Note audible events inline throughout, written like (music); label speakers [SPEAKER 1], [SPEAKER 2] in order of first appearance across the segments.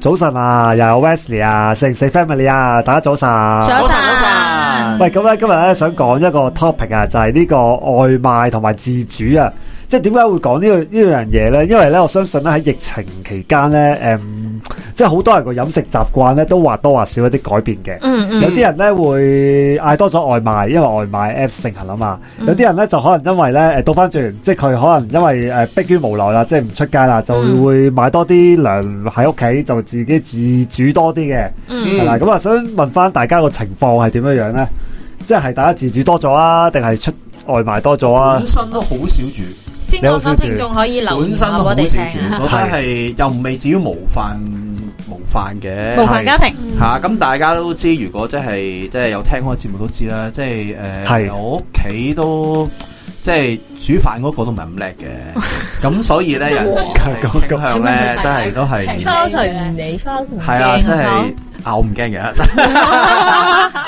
[SPEAKER 1] 早晨啊，又有 Wesley 啊，四零四 family 啊，大家早晨。
[SPEAKER 2] 早晨
[SPEAKER 1] 喂，咁咧今日咧想講一個 topic 啊，就係呢個外賣同埋自主啊，即係點解會講呢、個呢樣嘢咧？因為咧，我相信咧喺疫情期間咧，誒、即係好多人個飲食習慣咧都或多或少有啲改變嘅。
[SPEAKER 2] 嗯嗯
[SPEAKER 1] 有啲人咧會嗌多咗外賣，因為外賣 app 盛行啊嘛。
[SPEAKER 2] 嗯
[SPEAKER 1] 有啲人咧就可能因為咧誒倒翻轉，即係佢可能因為誒迫於無奈啦，即係唔出街啦，就
[SPEAKER 2] 嗯
[SPEAKER 1] 會買多啲糧喺屋企，就自己自煮多啲嘅。
[SPEAKER 2] 嗯
[SPEAKER 1] 係啦，咁啊，想問翻大家個情況係點樣樣咧？即係大家自主多咗啊，定係出外賣多咗啊
[SPEAKER 2] 嗯
[SPEAKER 3] 本？身都好少煮，
[SPEAKER 2] 先講講聽眾可以
[SPEAKER 4] 啊
[SPEAKER 2] 留
[SPEAKER 3] 本
[SPEAKER 2] 言
[SPEAKER 3] 身
[SPEAKER 2] 話
[SPEAKER 3] 都
[SPEAKER 2] 俾
[SPEAKER 3] 好
[SPEAKER 2] 我
[SPEAKER 3] 少
[SPEAKER 2] 哋聽啊。
[SPEAKER 3] 煮，我覺得係又唔未至於無飯無飯嘅。
[SPEAKER 2] 無飯家庭，
[SPEAKER 3] 嚇，咁大家都知，如果即係即係有聽開節目都知啦，即係誒，
[SPEAKER 1] 係
[SPEAKER 3] 呃我屋企都即係煮飯嗰個都唔係咁叻嘅，咁所以咧有陣時係傾向咧，真係都係
[SPEAKER 5] 花就唔理，花就唔
[SPEAKER 3] 係啦，
[SPEAKER 5] 驚
[SPEAKER 3] 真係啊，我唔驚嘅， (laughs)
[SPEAKER 1] 唔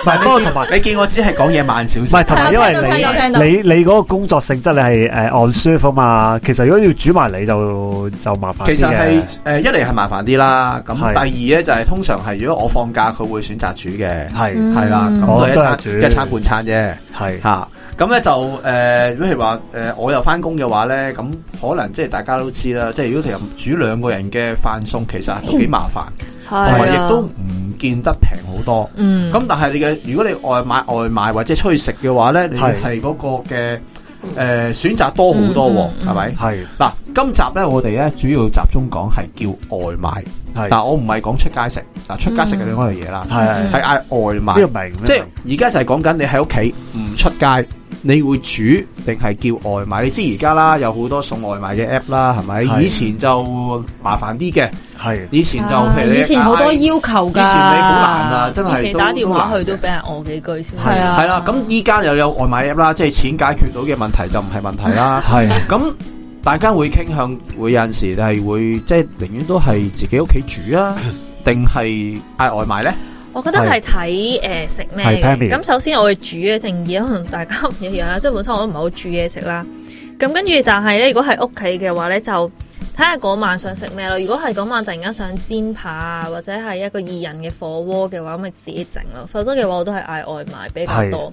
[SPEAKER 1] 係，不過同埋
[SPEAKER 3] 你見我只係講嘢慢少
[SPEAKER 1] 唔
[SPEAKER 3] 少
[SPEAKER 1] 係，同埋，因
[SPEAKER 2] 聽到聽到
[SPEAKER 1] 為你你你嗰個工作性質你係誒 on shift 啊嘛，其實如果要煮埋你就就麻煩
[SPEAKER 3] 其
[SPEAKER 1] 啲
[SPEAKER 3] 實係
[SPEAKER 1] 嘅
[SPEAKER 3] 誒、，呃一嚟係麻煩啲啦，咁
[SPEAKER 1] 係
[SPEAKER 3] 第二咧就係、通常係如果我放假，佢會選擇煮嘅，
[SPEAKER 2] 嗯
[SPEAKER 1] 係
[SPEAKER 3] 係啦，咁
[SPEAKER 1] 哦
[SPEAKER 3] 都係一
[SPEAKER 1] 都係
[SPEAKER 3] 餐
[SPEAKER 1] 煮
[SPEAKER 3] 一餐半餐啫
[SPEAKER 1] 係
[SPEAKER 3] 嚇。咁咧就誒、呃如果係話誒我又翻工嘅話咧，咁可能即係大家都知啦，即係如果其實煮兩個人嘅飯餸，其實都幾麻煩，
[SPEAKER 4] 嗯
[SPEAKER 3] 同
[SPEAKER 4] 啊
[SPEAKER 3] 埋亦都唔見得平好多。
[SPEAKER 2] 嗯，
[SPEAKER 3] 咁但係你嘅，如果你外買外賣或者出去食嘅話咧，你
[SPEAKER 1] 係
[SPEAKER 3] 係嗰個嘅誒、呃、選擇多好多喎，係咪、
[SPEAKER 1] 係
[SPEAKER 3] 嗱，今集咧，我哋咧主要集中講係叫外賣。
[SPEAKER 1] 係
[SPEAKER 3] 嗱，我唔係講出街食，嗱出街食嘅另外一樣嘢啦，
[SPEAKER 1] 係
[SPEAKER 3] 係嗌外
[SPEAKER 1] 呢個
[SPEAKER 3] 賣。
[SPEAKER 1] 明
[SPEAKER 3] 即
[SPEAKER 1] 即
[SPEAKER 3] 係而家就係講緊你喺屋企唔出街，你會煮定係叫外賣？你知而家啦，有好多送外賣嘅 app 啦，係
[SPEAKER 1] 係
[SPEAKER 3] 咪？以前就麻煩啲嘅，
[SPEAKER 1] 係
[SPEAKER 3] 以前就
[SPEAKER 5] 啊
[SPEAKER 3] 譬如你
[SPEAKER 6] 以前好多要求
[SPEAKER 3] 以
[SPEAKER 6] 噶，
[SPEAKER 3] 前你好難啊，真
[SPEAKER 5] 以
[SPEAKER 3] 係
[SPEAKER 5] 前
[SPEAKER 3] 都
[SPEAKER 5] 打電話去都
[SPEAKER 3] 難嘅
[SPEAKER 5] 俾人餓幾句先。
[SPEAKER 6] 係啊
[SPEAKER 3] 係啦，咁依家又有外賣 app 啦，即係錢解決到嘅問題就唔係問題啦。
[SPEAKER 5] (laughs)
[SPEAKER 1] 係
[SPEAKER 3] 咁大家會傾向會有陣時係會即係寧願都係自己屋企煮 (laughs) 啊，定係嗌外賣咧？
[SPEAKER 5] 我覺得係睇誒食咩
[SPEAKER 1] 係
[SPEAKER 5] 嘅。
[SPEAKER 1] Pammy
[SPEAKER 5] 咁首先我哋煮嘅定義可能大家唔一樣啦，即 (laughs) 係本身我都唔係好煮嘢食啦。咁跟住，但係咧，如果係屋企嘅話咧，就睇下嗰晚想食咩咯。如果係嗰晚突然間想煎扒啊，或者係一個二人嘅火鍋嘅話，咪自己整咯。否則嘅話，我都係嗌外賣比較多。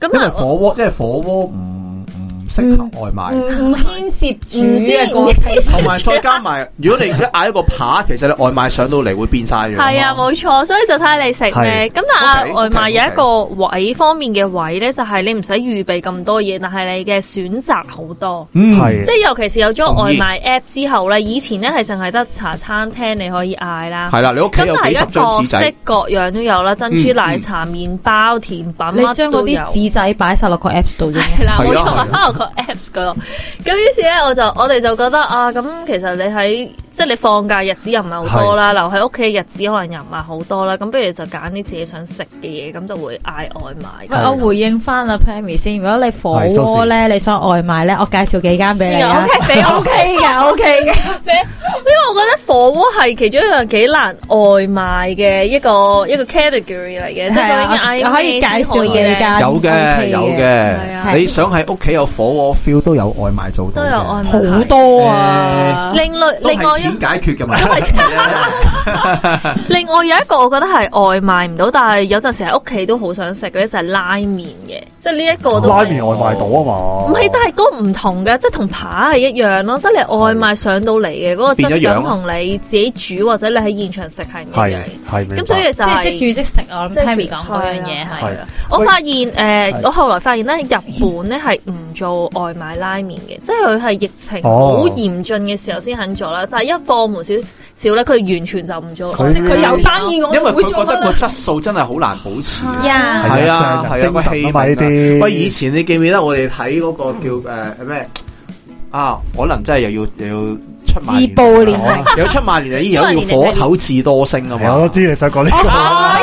[SPEAKER 5] 咁
[SPEAKER 3] 因為
[SPEAKER 5] 啊，
[SPEAKER 3] 火鍋，因為火鍋唔唔適合外賣，
[SPEAKER 6] 唔牽涉煮嘅過程。
[SPEAKER 3] 同埋再加埋，如果你一嗌一個扒，其實你外賣上到嚟會變晒樣。嗯
[SPEAKER 5] 係啊，冇錯，所以就睇下你食咩。
[SPEAKER 1] 係
[SPEAKER 5] 咁但係
[SPEAKER 3] OK，
[SPEAKER 5] 外賣
[SPEAKER 3] OK，OK
[SPEAKER 5] 有一個位方面嘅位咧，就係你唔使預備咁多嘢，但係你嘅選擇好多。
[SPEAKER 3] 嗯，
[SPEAKER 1] 係
[SPEAKER 5] 即係尤其是有咗
[SPEAKER 3] 同
[SPEAKER 5] 外
[SPEAKER 3] 意
[SPEAKER 5] 賣 app 之後咧，以前咧係淨係得茶餐廳你可以嗌啦。
[SPEAKER 3] 係啦，你屋企
[SPEAKER 5] 咁
[SPEAKER 3] 有
[SPEAKER 5] 但係而
[SPEAKER 3] 幾
[SPEAKER 5] 家
[SPEAKER 3] 十張
[SPEAKER 5] 各
[SPEAKER 3] 紙
[SPEAKER 5] 式
[SPEAKER 3] 仔，嗯
[SPEAKER 5] 各樣都有啦，珍珠奶茶、麵包、甜品，
[SPEAKER 6] 你將嗰啲
[SPEAKER 5] 乜都有
[SPEAKER 6] 紙仔擺晒落個 Apps 度啫。
[SPEAKER 5] 係啦，
[SPEAKER 3] 係啊
[SPEAKER 5] 冇錯，
[SPEAKER 3] 係
[SPEAKER 5] 包括 Apps 嗰度。咁於是咧，我就我哋就覺得啊，咁其實你喺即係你放假日子又唔係好多啦，留喺屋企嘅日子可能又唔係好多啦。咁不如就揀啲自己想食嘅嘢，咁就會嗌外賣。
[SPEAKER 6] 喂，我回應翻阿 Pammy 先，如果你火
[SPEAKER 1] 係蘇
[SPEAKER 6] 鍋
[SPEAKER 1] 士
[SPEAKER 6] 咧，你想外賣咧，我介紹幾間俾你啊。
[SPEAKER 5] 呢個 OK，俾我
[SPEAKER 6] OK 嘅，OK 嘅。
[SPEAKER 5] 因為我覺得火鍋係其中一樣幾難外賣嘅一個一個 category 嚟嘅，即係究竟嗌
[SPEAKER 6] 係啊，我可以介紹
[SPEAKER 5] 咩先
[SPEAKER 6] 幾
[SPEAKER 5] 可以呢
[SPEAKER 6] 間。
[SPEAKER 3] 有
[SPEAKER 6] OK
[SPEAKER 3] 嘅有
[SPEAKER 5] 係啊
[SPEAKER 3] 嘅，你想喺屋企有火鍋 feel 都有外賣做到
[SPEAKER 5] 都
[SPEAKER 3] 嘅，
[SPEAKER 5] 有外賣
[SPEAKER 6] 好多啊。
[SPEAKER 5] 另類
[SPEAKER 3] 都
[SPEAKER 5] 另外
[SPEAKER 3] 係
[SPEAKER 5] 一
[SPEAKER 3] 錢解決嘅問 (laughs) 題啫。
[SPEAKER 5] 另外有一個我覺得係外賣唔到，但係有陣時喺屋企都好想食嘅咧，就係拉麵嘅，即係呢一個都
[SPEAKER 1] 拉
[SPEAKER 5] 係
[SPEAKER 1] 麵外賣到啊嘛，
[SPEAKER 5] 唔係，但係嗰個唔同嘅，即係同扒係一樣咯，即係你外賣上到嚟嘅嗰個
[SPEAKER 3] 變咗
[SPEAKER 5] 質感
[SPEAKER 3] 樣
[SPEAKER 5] 同你自己煮或者你喺現場食係唔一
[SPEAKER 1] 係
[SPEAKER 5] 樣嘅。
[SPEAKER 1] 係明白
[SPEAKER 5] 咁所以就
[SPEAKER 6] 即係
[SPEAKER 5] 係、
[SPEAKER 6] 即煮即食，我諗
[SPEAKER 5] 即係
[SPEAKER 6] Pammy 講嗰樣
[SPEAKER 5] 係
[SPEAKER 6] 嘢
[SPEAKER 5] 啊
[SPEAKER 6] 係。
[SPEAKER 1] 係
[SPEAKER 5] 我
[SPEAKER 1] 喂
[SPEAKER 5] 發現誒、呃
[SPEAKER 1] 係
[SPEAKER 5] 我後來發現咧，日本咧係唔做外賣拉麵嘅，即係佢係疫情好
[SPEAKER 1] 哦
[SPEAKER 5] 嚴峻嘅時候先肯做啦。但係一放門少少咧，佢完全就唔做外賣。
[SPEAKER 1] 佢
[SPEAKER 6] 即係佢有生意，我
[SPEAKER 3] 因為
[SPEAKER 6] 唔會
[SPEAKER 3] 佢覺
[SPEAKER 6] 做
[SPEAKER 3] 得
[SPEAKER 6] 啦
[SPEAKER 3] 個。
[SPEAKER 5] 啊
[SPEAKER 3] 質素真係好難保持。
[SPEAKER 6] 呀
[SPEAKER 1] 係
[SPEAKER 3] 係啊，
[SPEAKER 1] 啊
[SPEAKER 3] 係啊，個
[SPEAKER 1] 精神
[SPEAKER 3] 氣
[SPEAKER 1] 啊嘛呢
[SPEAKER 3] 氛
[SPEAKER 1] 啲
[SPEAKER 3] 啊。喂，以前你記唔記得我哋睇嗰
[SPEAKER 5] 嗯
[SPEAKER 3] 個叫誒咩啊？可能真係又要又要出賣
[SPEAKER 6] 自暴年
[SPEAKER 3] 齡，又要出賣年齡，以前有叫火頭智多星啊
[SPEAKER 1] 我都
[SPEAKER 3] 嘛。
[SPEAKER 1] 知你想講呢
[SPEAKER 3] 哦
[SPEAKER 1] 個，
[SPEAKER 6] 哎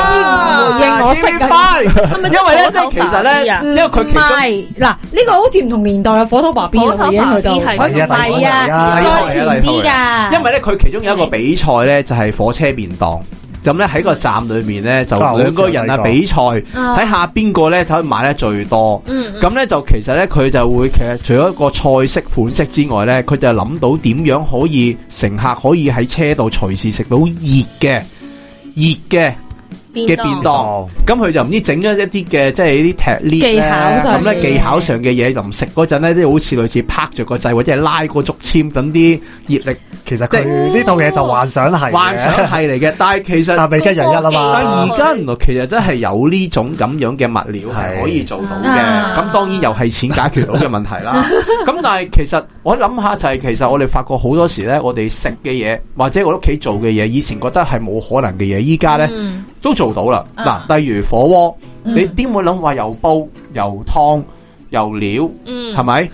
[SPEAKER 6] 可以唔
[SPEAKER 1] 哦
[SPEAKER 6] 回應我識㗎
[SPEAKER 3] 啊
[SPEAKER 5] 咪
[SPEAKER 3] 因為咧，即係
[SPEAKER 5] 火
[SPEAKER 3] 其
[SPEAKER 5] 頭
[SPEAKER 3] 實
[SPEAKER 1] (laughs)
[SPEAKER 5] 爸 B
[SPEAKER 3] 咧
[SPEAKER 5] 啊，
[SPEAKER 4] 嗯
[SPEAKER 3] 因為佢其
[SPEAKER 6] 唔
[SPEAKER 3] 中
[SPEAKER 6] 係嗱，呢個好似唔同年代啊，火土爸 B 啦，已經去到，
[SPEAKER 5] 火土爸 B 係
[SPEAKER 6] 喂唔係啊，
[SPEAKER 1] 係啊
[SPEAKER 6] 再前啲㗎，啊
[SPEAKER 4] 啊
[SPEAKER 3] 因為咧佢其中有一個比賽咧，就係火車便當。咁咧喺個站裏面咧就
[SPEAKER 1] 啊好似
[SPEAKER 3] 兩個人啊
[SPEAKER 1] 有睇過
[SPEAKER 3] 比賽，
[SPEAKER 6] 嗯
[SPEAKER 3] 睇下邊個咧就可以買得最多。
[SPEAKER 2] 嗯，
[SPEAKER 3] 咁咧就其實咧佢就會其實除咗一個菜式款式之外咧，佢就諗到點樣可以乘客可以喺車度隨時食到熱嘅熱嘅嘅便當
[SPEAKER 1] 當，
[SPEAKER 3] 咁佢就唔知整咗一啲嘅即係呢啲踢裂
[SPEAKER 6] 技巧上
[SPEAKER 3] 咁
[SPEAKER 6] 嘅
[SPEAKER 3] 咧
[SPEAKER 6] 嘢
[SPEAKER 3] 技巧上嘅嘢，臨食嗰陣咧都好似類似拍住個掣或者係拉個竹籤，等啲熱力
[SPEAKER 1] 其實
[SPEAKER 3] 即
[SPEAKER 1] 佢
[SPEAKER 3] 係
[SPEAKER 1] 呢套嘢就幻想係嘅
[SPEAKER 3] 幻想，係嚟嘅， (laughs) 但係其實。
[SPEAKER 1] 但未一人一啊
[SPEAKER 3] 但
[SPEAKER 1] 嘛。
[SPEAKER 3] 而家原來其實真係有呢種咁樣嘅物料係
[SPEAKER 1] 係
[SPEAKER 3] 可以做到嘅，
[SPEAKER 5] 啊
[SPEAKER 3] 咁當然又係錢解決到嘅問題啦。咁但係其實我諗下就係其實我哋發覺好多時呢，我哋食嘅嘢或者我屋企做嘅嘢，以前覺得係冇可能嘅嘢，依家呢
[SPEAKER 2] 嗯
[SPEAKER 3] 都做到啦。
[SPEAKER 2] 啊
[SPEAKER 3] 嗱，例如火鍋，你點會諗話又煲又湯又料
[SPEAKER 2] 嗯
[SPEAKER 3] 係咪？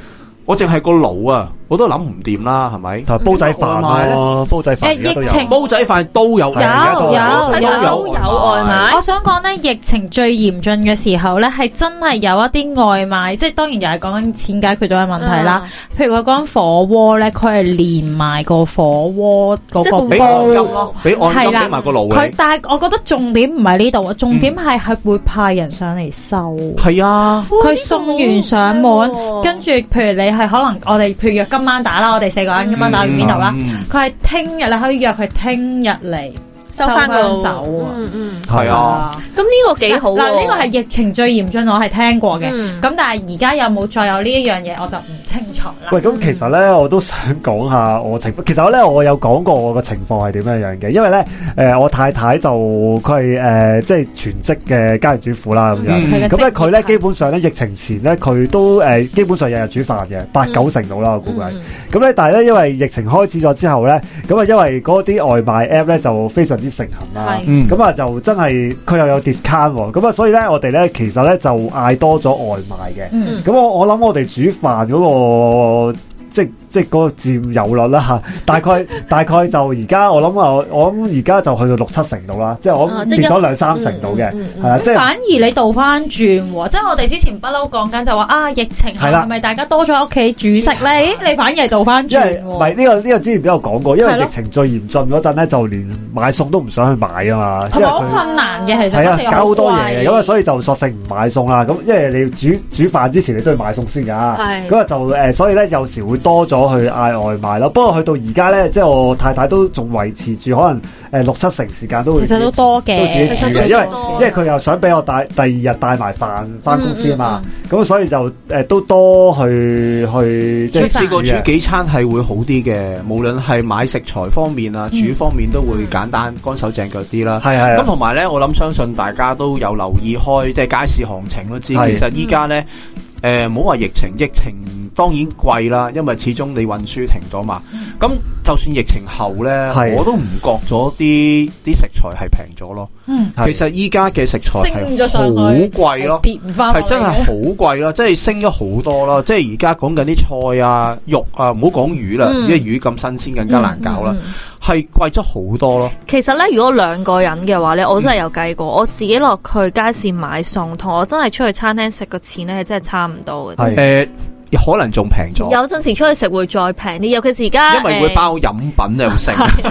[SPEAKER 3] 我淨係個爐啊，我都諗唔掂啦，係咪？
[SPEAKER 1] 同埋煲仔飯咯，煲仔飯
[SPEAKER 6] 誒
[SPEAKER 1] 而家都有
[SPEAKER 6] 疫情
[SPEAKER 3] 煲仔飯都有，
[SPEAKER 1] 係而家都
[SPEAKER 6] 有
[SPEAKER 3] 都
[SPEAKER 6] 有
[SPEAKER 5] 有外賣
[SPEAKER 6] 嗯
[SPEAKER 4] 我想講咧，疫情最嚴峻嘅時候咧，係真係有一啲外賣，即係當然又係講緊錢解決到嘅問題啦。
[SPEAKER 6] 嗯
[SPEAKER 4] 譬如佢講火鍋咧，佢係連埋個火鍋嗰
[SPEAKER 5] 即
[SPEAKER 4] 個
[SPEAKER 5] 係個
[SPEAKER 3] 俾按金
[SPEAKER 4] 煲。
[SPEAKER 3] 咯，俾按金
[SPEAKER 4] 係啦
[SPEAKER 3] 俾埋個爐
[SPEAKER 4] 佢
[SPEAKER 3] 嘅。
[SPEAKER 4] 但係我覺得重點唔係呢度啊，重
[SPEAKER 6] 嗯
[SPEAKER 4] 點係係會派人上嚟收。
[SPEAKER 3] 系啊，
[SPEAKER 4] 佢送完上門，跟住譬如你係可能我哋譬如約今晚打啦，我哋四個人今晚打
[SPEAKER 3] Ừ.
[SPEAKER 4] 完邊度啦，
[SPEAKER 3] 嗯
[SPEAKER 4] 佢係聽日你可以約佢聽日嚟
[SPEAKER 5] 收返個
[SPEAKER 4] 返走啊。
[SPEAKER 2] 嗯嗯，
[SPEAKER 3] 係啊，
[SPEAKER 5] 咁呢個幾好喎
[SPEAKER 4] 嗱，呢個係疫情最嚴峻，我係聽過
[SPEAKER 5] Ừ.
[SPEAKER 4] 嘅。
[SPEAKER 2] 嗯
[SPEAKER 4] 咁但係而家有冇再有呢一樣嘢，我就唔清楚啦。
[SPEAKER 1] 喂，咁其實咧，我都想講下我情況。其實我咧，我有講過我個情況係點樣樣嘅，因為咧，誒、我太太就佢係誒即係全職嘅家庭主婦啦，咁樣。
[SPEAKER 3] 嗯
[SPEAKER 4] 嘅
[SPEAKER 1] 咁咧
[SPEAKER 4] 職業
[SPEAKER 1] 佢咧
[SPEAKER 4] 係
[SPEAKER 1] 基本上咧疫情前咧佢都誒、呃基本上日日煮飯嘅，八九成到啦我估計。咁咧、但係咧因為疫情開始咗之後咧，咁啊因為嗰啲外賣 app 咧就非常之盛行啦
[SPEAKER 4] 係。
[SPEAKER 3] 嗯
[SPEAKER 1] 咁啊就真係佢又有 discount 喎，咁啊所以咧我哋咧其實咧就嗌多咗外賣嘅。
[SPEAKER 4] 嗯
[SPEAKER 1] 咁我我諗我哋煮飯嗰、個即即嗰個佔有率啦嚇，大概 (laughs) 大概就而家我諗啊，我諗而家就去到六七成度啦，即係我
[SPEAKER 5] 啊
[SPEAKER 1] 諗
[SPEAKER 5] 即係
[SPEAKER 1] 跌咗
[SPEAKER 5] 一嗯
[SPEAKER 1] 兩三成度嘅，係啊啦，即係
[SPEAKER 4] 反而你倒翻轉喎，即係我哋之前不嬲講緊就話啊，疫情
[SPEAKER 1] 係啦
[SPEAKER 4] 係咪大家多咗喺屋企煮食咧？咦你反而係倒翻
[SPEAKER 1] 因
[SPEAKER 4] 轉
[SPEAKER 1] 為唔係
[SPEAKER 4] 喎。
[SPEAKER 1] 呢個呢、個之前都有講過，因
[SPEAKER 4] 係
[SPEAKER 1] 為
[SPEAKER 4] 咯
[SPEAKER 1] 疫情最嚴峻嗰陣咧，就連買餸都唔想去買啊嘛，因
[SPEAKER 4] 同
[SPEAKER 1] 為
[SPEAKER 4] 埋好
[SPEAKER 1] 佢
[SPEAKER 4] 困難嘅，其實
[SPEAKER 1] 係
[SPEAKER 4] 嗰
[SPEAKER 1] 啊
[SPEAKER 4] 時又
[SPEAKER 1] 搞好多
[SPEAKER 4] 貴
[SPEAKER 1] 嘢，咁啊所以就索性唔買餸啦。咁因為你煮煮飯之前你都要買餸先㗎，
[SPEAKER 5] 係
[SPEAKER 1] 咁啊就誒、呃所以咧有時會多咗去嗌外賣咯。不過去到而家咧，即係我太太都仲維持住可能誒、呃六七成時間都會
[SPEAKER 4] 其實都
[SPEAKER 1] 自己都
[SPEAKER 4] 多
[SPEAKER 1] 自己
[SPEAKER 4] 嘅。
[SPEAKER 1] 煮
[SPEAKER 5] 其實都
[SPEAKER 1] 嘅，因為
[SPEAKER 5] 多
[SPEAKER 1] 因為佢又想俾我帶第二日帶埋飯翻公司啊嘛，咁、所以就誒、呃都多去去即係
[SPEAKER 3] 試過
[SPEAKER 1] 煮
[SPEAKER 3] 煮
[SPEAKER 1] 嘅
[SPEAKER 3] 幾餐係會好啲嘅，無論係買食材方面啊，煮方面都會簡單、乾手淨腳啲啦。
[SPEAKER 1] 係係
[SPEAKER 3] 咁
[SPEAKER 1] 啊
[SPEAKER 3] 同埋呢，我諗相信大家都有留意開即係街市行情都知，
[SPEAKER 1] 係嗯
[SPEAKER 3] 其實依家呢，誒唔好話疫情，疫情當然貴啦，因為始終你運輸停咗嘛。咁就算疫情後呢，
[SPEAKER 1] 嗯係
[SPEAKER 3] 我都唔覺咗啲啲食材係平咗咯。
[SPEAKER 4] 嗯
[SPEAKER 1] 係
[SPEAKER 3] 其實依家嘅食材
[SPEAKER 4] 升咗
[SPEAKER 3] 係好
[SPEAKER 4] 上去
[SPEAKER 3] 貴咯。
[SPEAKER 4] 跌唔翻
[SPEAKER 3] 係真係好貴啦，即係升咗好多啦，即係而家講緊啲菜啊、肉啊，唔好講魚
[SPEAKER 4] 嗯
[SPEAKER 3] 啦，因為魚咁新鮮更加難搞啦，係貴咗好多咯。
[SPEAKER 5] 嗯其實咧，如果兩個人嘅話咧，我真係有計過，我自己落去街市買餸，同我真係出去餐廳食個錢咧，真係差唔多嘅。
[SPEAKER 1] 係
[SPEAKER 3] 诶，呃可能仲平咗，
[SPEAKER 5] 有陣時出去食會再平啲，尤其是而家
[SPEAKER 3] 因為
[SPEAKER 4] 呃
[SPEAKER 3] 會包飲品啊又
[SPEAKER 4] (laughs)
[SPEAKER 3] 剩，
[SPEAKER 4] 啊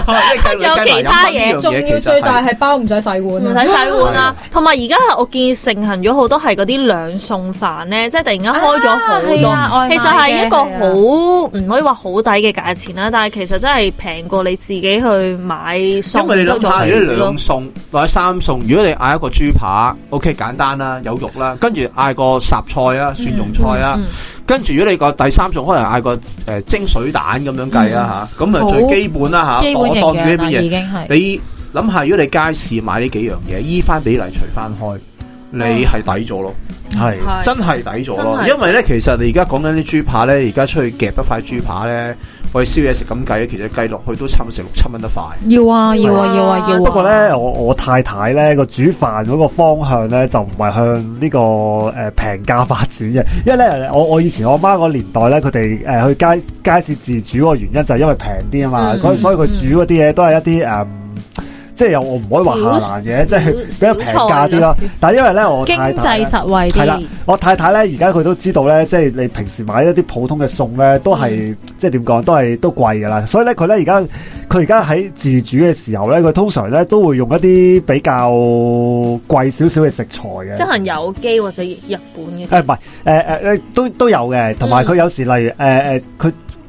[SPEAKER 3] 即係計埋飲品
[SPEAKER 6] 仲
[SPEAKER 3] 呢
[SPEAKER 6] 要
[SPEAKER 3] 樣嘢其實
[SPEAKER 6] 最大
[SPEAKER 3] 係。
[SPEAKER 6] 係包唔使洗碗
[SPEAKER 5] 唔
[SPEAKER 6] 啊，
[SPEAKER 5] 使洗碗啦，同埋而家我見盛行咗好多係嗰啲兩餸飯咧，即係突然間開咗好多，
[SPEAKER 4] 啊係啊外賣嘅
[SPEAKER 5] 其實係一個好唔可以話好抵嘅價錢啦，但係其實真係平過你自己去買餸，
[SPEAKER 3] 因為你諗下，
[SPEAKER 5] 就
[SPEAKER 3] 如
[SPEAKER 5] 做
[SPEAKER 3] 果兩餸或者三餸，如果你嗌一個豬扒，OK 簡單啦，有肉啦，跟住嗌個雜菜
[SPEAKER 4] 嗯
[SPEAKER 3] 啊、蒜蓉菜啊，跟住如果你個第三餸可能嗌個誒蒸水蛋咁樣計啦吓，咁啊
[SPEAKER 4] 嗯好
[SPEAKER 3] 最基本啦吓，
[SPEAKER 4] 基本
[SPEAKER 3] 我
[SPEAKER 4] 營
[SPEAKER 3] 當住呢
[SPEAKER 4] 養啦，
[SPEAKER 3] 邊
[SPEAKER 4] 已
[SPEAKER 3] 嘢。
[SPEAKER 4] 經係。
[SPEAKER 3] 你諗下，如果你街市買呢幾樣嘢，依翻比例除翻開，你係抵咗咯。
[SPEAKER 1] 係
[SPEAKER 5] 係
[SPEAKER 3] 真係抵咗咯
[SPEAKER 5] 真，係
[SPEAKER 3] 因為咧其實你而家講緊啲豬扒咧，而家出去夾一塊豬扒咧，我哋燒嘢食咁計，其實計落去都差唔多成六七蚊一塊。
[SPEAKER 4] 要啊要啊要啊要啊！
[SPEAKER 1] 不過咧，我我太太咧個煮飯嗰個方向咧，就唔係向呢、個誒、呃平價發展嘅，因為咧 (laughs) 我我以前我媽嗰年代咧，佢哋誒呃去街街市自煮個原因就係因為平啲啊嘛，
[SPEAKER 5] 嗯
[SPEAKER 1] 咁、所以佢煮嗰啲嘢都係一啲誒。嗯即係又我唔可以話下欄嘅，即係比較平價啲咯。但係因為咧，我
[SPEAKER 4] 經
[SPEAKER 1] 太太
[SPEAKER 4] 濟
[SPEAKER 1] 呢
[SPEAKER 4] 實惠
[SPEAKER 1] 係啦
[SPEAKER 4] 啲，，
[SPEAKER 1] 我太太咧而家佢都知道咧，即係你平時買一啲普通嘅餸咧，都係、
[SPEAKER 5] 嗯
[SPEAKER 1] 即係點講，都係都貴噶啦。所以咧，佢咧而家佢而家喺自煮嘅時候咧，佢通常咧都會用一啲比較貴少少嘅食材
[SPEAKER 3] Dạ.
[SPEAKER 1] 嘅。
[SPEAKER 5] 即係可能有機或者日本嘅。
[SPEAKER 1] 誒唔係誒誒誒都都有嘅，同埋佢
[SPEAKER 5] 嗯
[SPEAKER 1] 有時例如誒誒佢。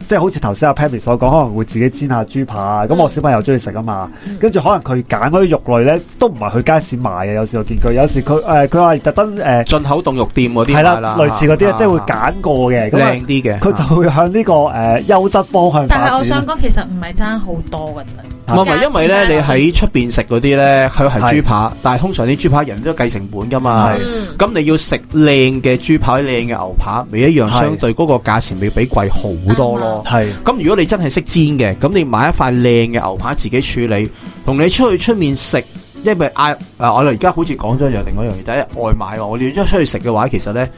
[SPEAKER 1] 即係好似頭先阿 Pammy 所講，可能會自己煎下豬扒，
[SPEAKER 5] 嗯
[SPEAKER 1] 咁我小朋友中意食啊嘛。跟住可能佢揀嗰啲肉類咧，都唔係去街市買嘅。有時我見佢，有時佢誒佢話特登誒
[SPEAKER 3] 進口凍肉店嗰啲
[SPEAKER 1] 係
[SPEAKER 3] 買
[SPEAKER 1] 啦，類似嗰啲
[SPEAKER 3] 啊
[SPEAKER 1] 即係會揀過嘅。咁啊
[SPEAKER 3] 靚啲嘅。
[SPEAKER 1] 佢就會向呢個誒優質方向
[SPEAKER 4] 但係
[SPEAKER 1] 發
[SPEAKER 4] 我
[SPEAKER 1] 展
[SPEAKER 4] 想。講，其實唔係爭好多噶啫。
[SPEAKER 3] 唔係唔係，因為咧你喺出邊食嗰啲咧，佢係
[SPEAKER 1] 係
[SPEAKER 3] 豬扒，但係通常啲豬扒人都計成本噶嘛
[SPEAKER 1] 係。
[SPEAKER 5] 嗯，
[SPEAKER 3] 咁你要食靚嘅豬扒、靚嘅牛扒，咪一樣
[SPEAKER 1] 係啊
[SPEAKER 3] 相對嗰個價錢咪比貴好多咯。
[SPEAKER 1] 係
[SPEAKER 3] 咁如果你真係識煎嘅，咁你買一塊靚嘅牛扒自己處理，同你出去出面食，因為嗌啊，我哋而家好似講咗一樣另外一樣嘢，就係外賣喎。我哋一出去食嘅話，其實咧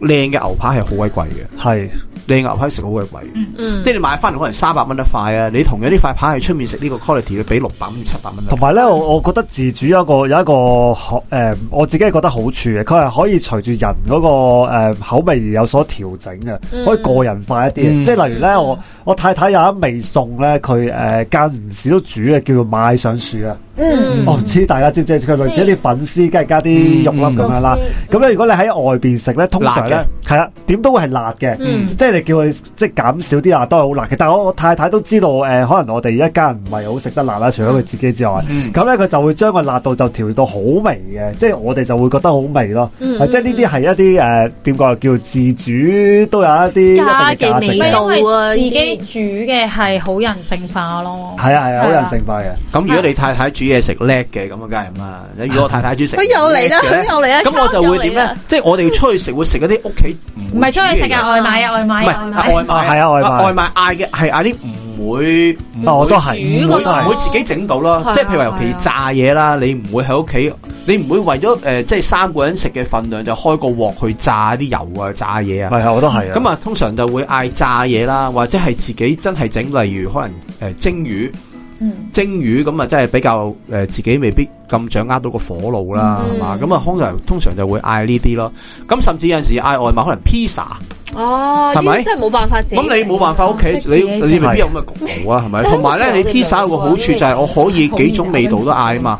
[SPEAKER 3] 靚嘅牛扒係好鬼貴嘅，
[SPEAKER 1] 係
[SPEAKER 3] 靚牛扒食好鬼貴嘅，
[SPEAKER 5] 嗯
[SPEAKER 3] 即係你買翻嚟可能三百蚊一塊啊，你同樣呢塊扒喺出面食呢個 quality，你俾六百蚊、七百蚊一塊。
[SPEAKER 1] 同埋咧，我我覺得自主有一個有一個學誒、我自己係覺得好處嘅，佢係可以隨住人嗰、個、誒口味而有所調整嘅，
[SPEAKER 4] 嗯
[SPEAKER 1] 可以個人化一啲嘅。
[SPEAKER 3] 嗯
[SPEAKER 1] 即係例如咧，我我太太有一味餸咧，佢誒間唔時都煮嘅，叫做買上樹啊。
[SPEAKER 5] 嗯
[SPEAKER 1] 我唔知大家知唔知？佢類似一啲粉絲，跟住加啲肉粒咁樣啦
[SPEAKER 6] 嗯嗯。
[SPEAKER 1] 咁咧，如果你喺外邊食咧，通常咧
[SPEAKER 3] 辣
[SPEAKER 1] 係啊，點都會係辣嘅。
[SPEAKER 5] 嗯
[SPEAKER 1] 即係你叫佢即係減少啲辣都係好辣嘅。但係我我太太都知道誒、呃可能我哋一家人唔係好食得辣啦，除咗佢自己之外，
[SPEAKER 3] 嗯
[SPEAKER 1] 咁咧佢就會將個辣度就調到好微嘅，即係我哋就會覺得好微咯。
[SPEAKER 5] 嗯
[SPEAKER 1] 啊即係呢啲係一啲誒點講啊叫自主都有一啲一定
[SPEAKER 5] 家
[SPEAKER 1] 嘅
[SPEAKER 5] 嘅
[SPEAKER 1] 價值
[SPEAKER 5] 味
[SPEAKER 1] 嘅
[SPEAKER 5] 道
[SPEAKER 4] 因為自己
[SPEAKER 5] 呢
[SPEAKER 4] 煮嘅係好人性化
[SPEAKER 3] 哦
[SPEAKER 4] 咯。
[SPEAKER 1] 係啊係啊，好
[SPEAKER 4] 係啊
[SPEAKER 1] 人性化嘅。
[SPEAKER 3] 咁如果你太太煮嘢食叻嘅，咁啊梗係唔啦。如果我太太煮食，
[SPEAKER 5] 佢又嚟啦，
[SPEAKER 3] 叻嘅
[SPEAKER 5] 佢
[SPEAKER 3] 呢
[SPEAKER 5] 又嚟啦，
[SPEAKER 3] 咁我就會點
[SPEAKER 5] 又嚟
[SPEAKER 3] 咧
[SPEAKER 5] 啦？？
[SPEAKER 3] 即係我哋出去食會食嗰啲屋企唔
[SPEAKER 4] 唔
[SPEAKER 3] 會
[SPEAKER 4] 係出去食
[SPEAKER 3] 煮嘅嘢
[SPEAKER 4] 啊，外賣啊，外
[SPEAKER 3] 唔
[SPEAKER 4] 賣啊，
[SPEAKER 3] 係
[SPEAKER 4] 外賣啊。
[SPEAKER 3] 外賣
[SPEAKER 1] 係啊外賣
[SPEAKER 3] 啊外賣嗌嘅係嗌啲唔會唔
[SPEAKER 1] 哦，我
[SPEAKER 3] 會
[SPEAKER 1] 都係，我
[SPEAKER 4] 煮嗰
[SPEAKER 1] 都
[SPEAKER 4] 個
[SPEAKER 1] 係
[SPEAKER 3] 唔。會自己整到咯
[SPEAKER 5] 係啊，
[SPEAKER 3] 即係譬如話尤其炸嘢啦，你唔會喺屋企，你唔會為咗誒即係三個人食嘅份量就開個鑊去炸啲油啊、炸嘢啊。
[SPEAKER 1] 係啊，我都係啊。
[SPEAKER 3] 咁啊，通常就會嗌炸嘢啦，或者係自己真係整，例如可能誒蒸魚，
[SPEAKER 4] 嗯
[SPEAKER 3] 蒸魚咁啊，真係比較誒自己未必咁掌握到個火爐啦，係嘛？咁啊，通常通常就會嗌呢啲咯。咁甚至有陣時嗌外賣，可能 pizza。
[SPEAKER 5] 哦，
[SPEAKER 3] 係咪
[SPEAKER 5] 呢啲真係冇辦法自己
[SPEAKER 3] 咁你冇辦法屋企，
[SPEAKER 4] 識
[SPEAKER 3] 你
[SPEAKER 4] 啊自己
[SPEAKER 3] 你未必有咁嘅焗爐啊，係
[SPEAKER 4] (laughs)
[SPEAKER 3] 咪？同埋咧，你 pizza 有個好處就係我可以幾種味道都嗌啊嘛，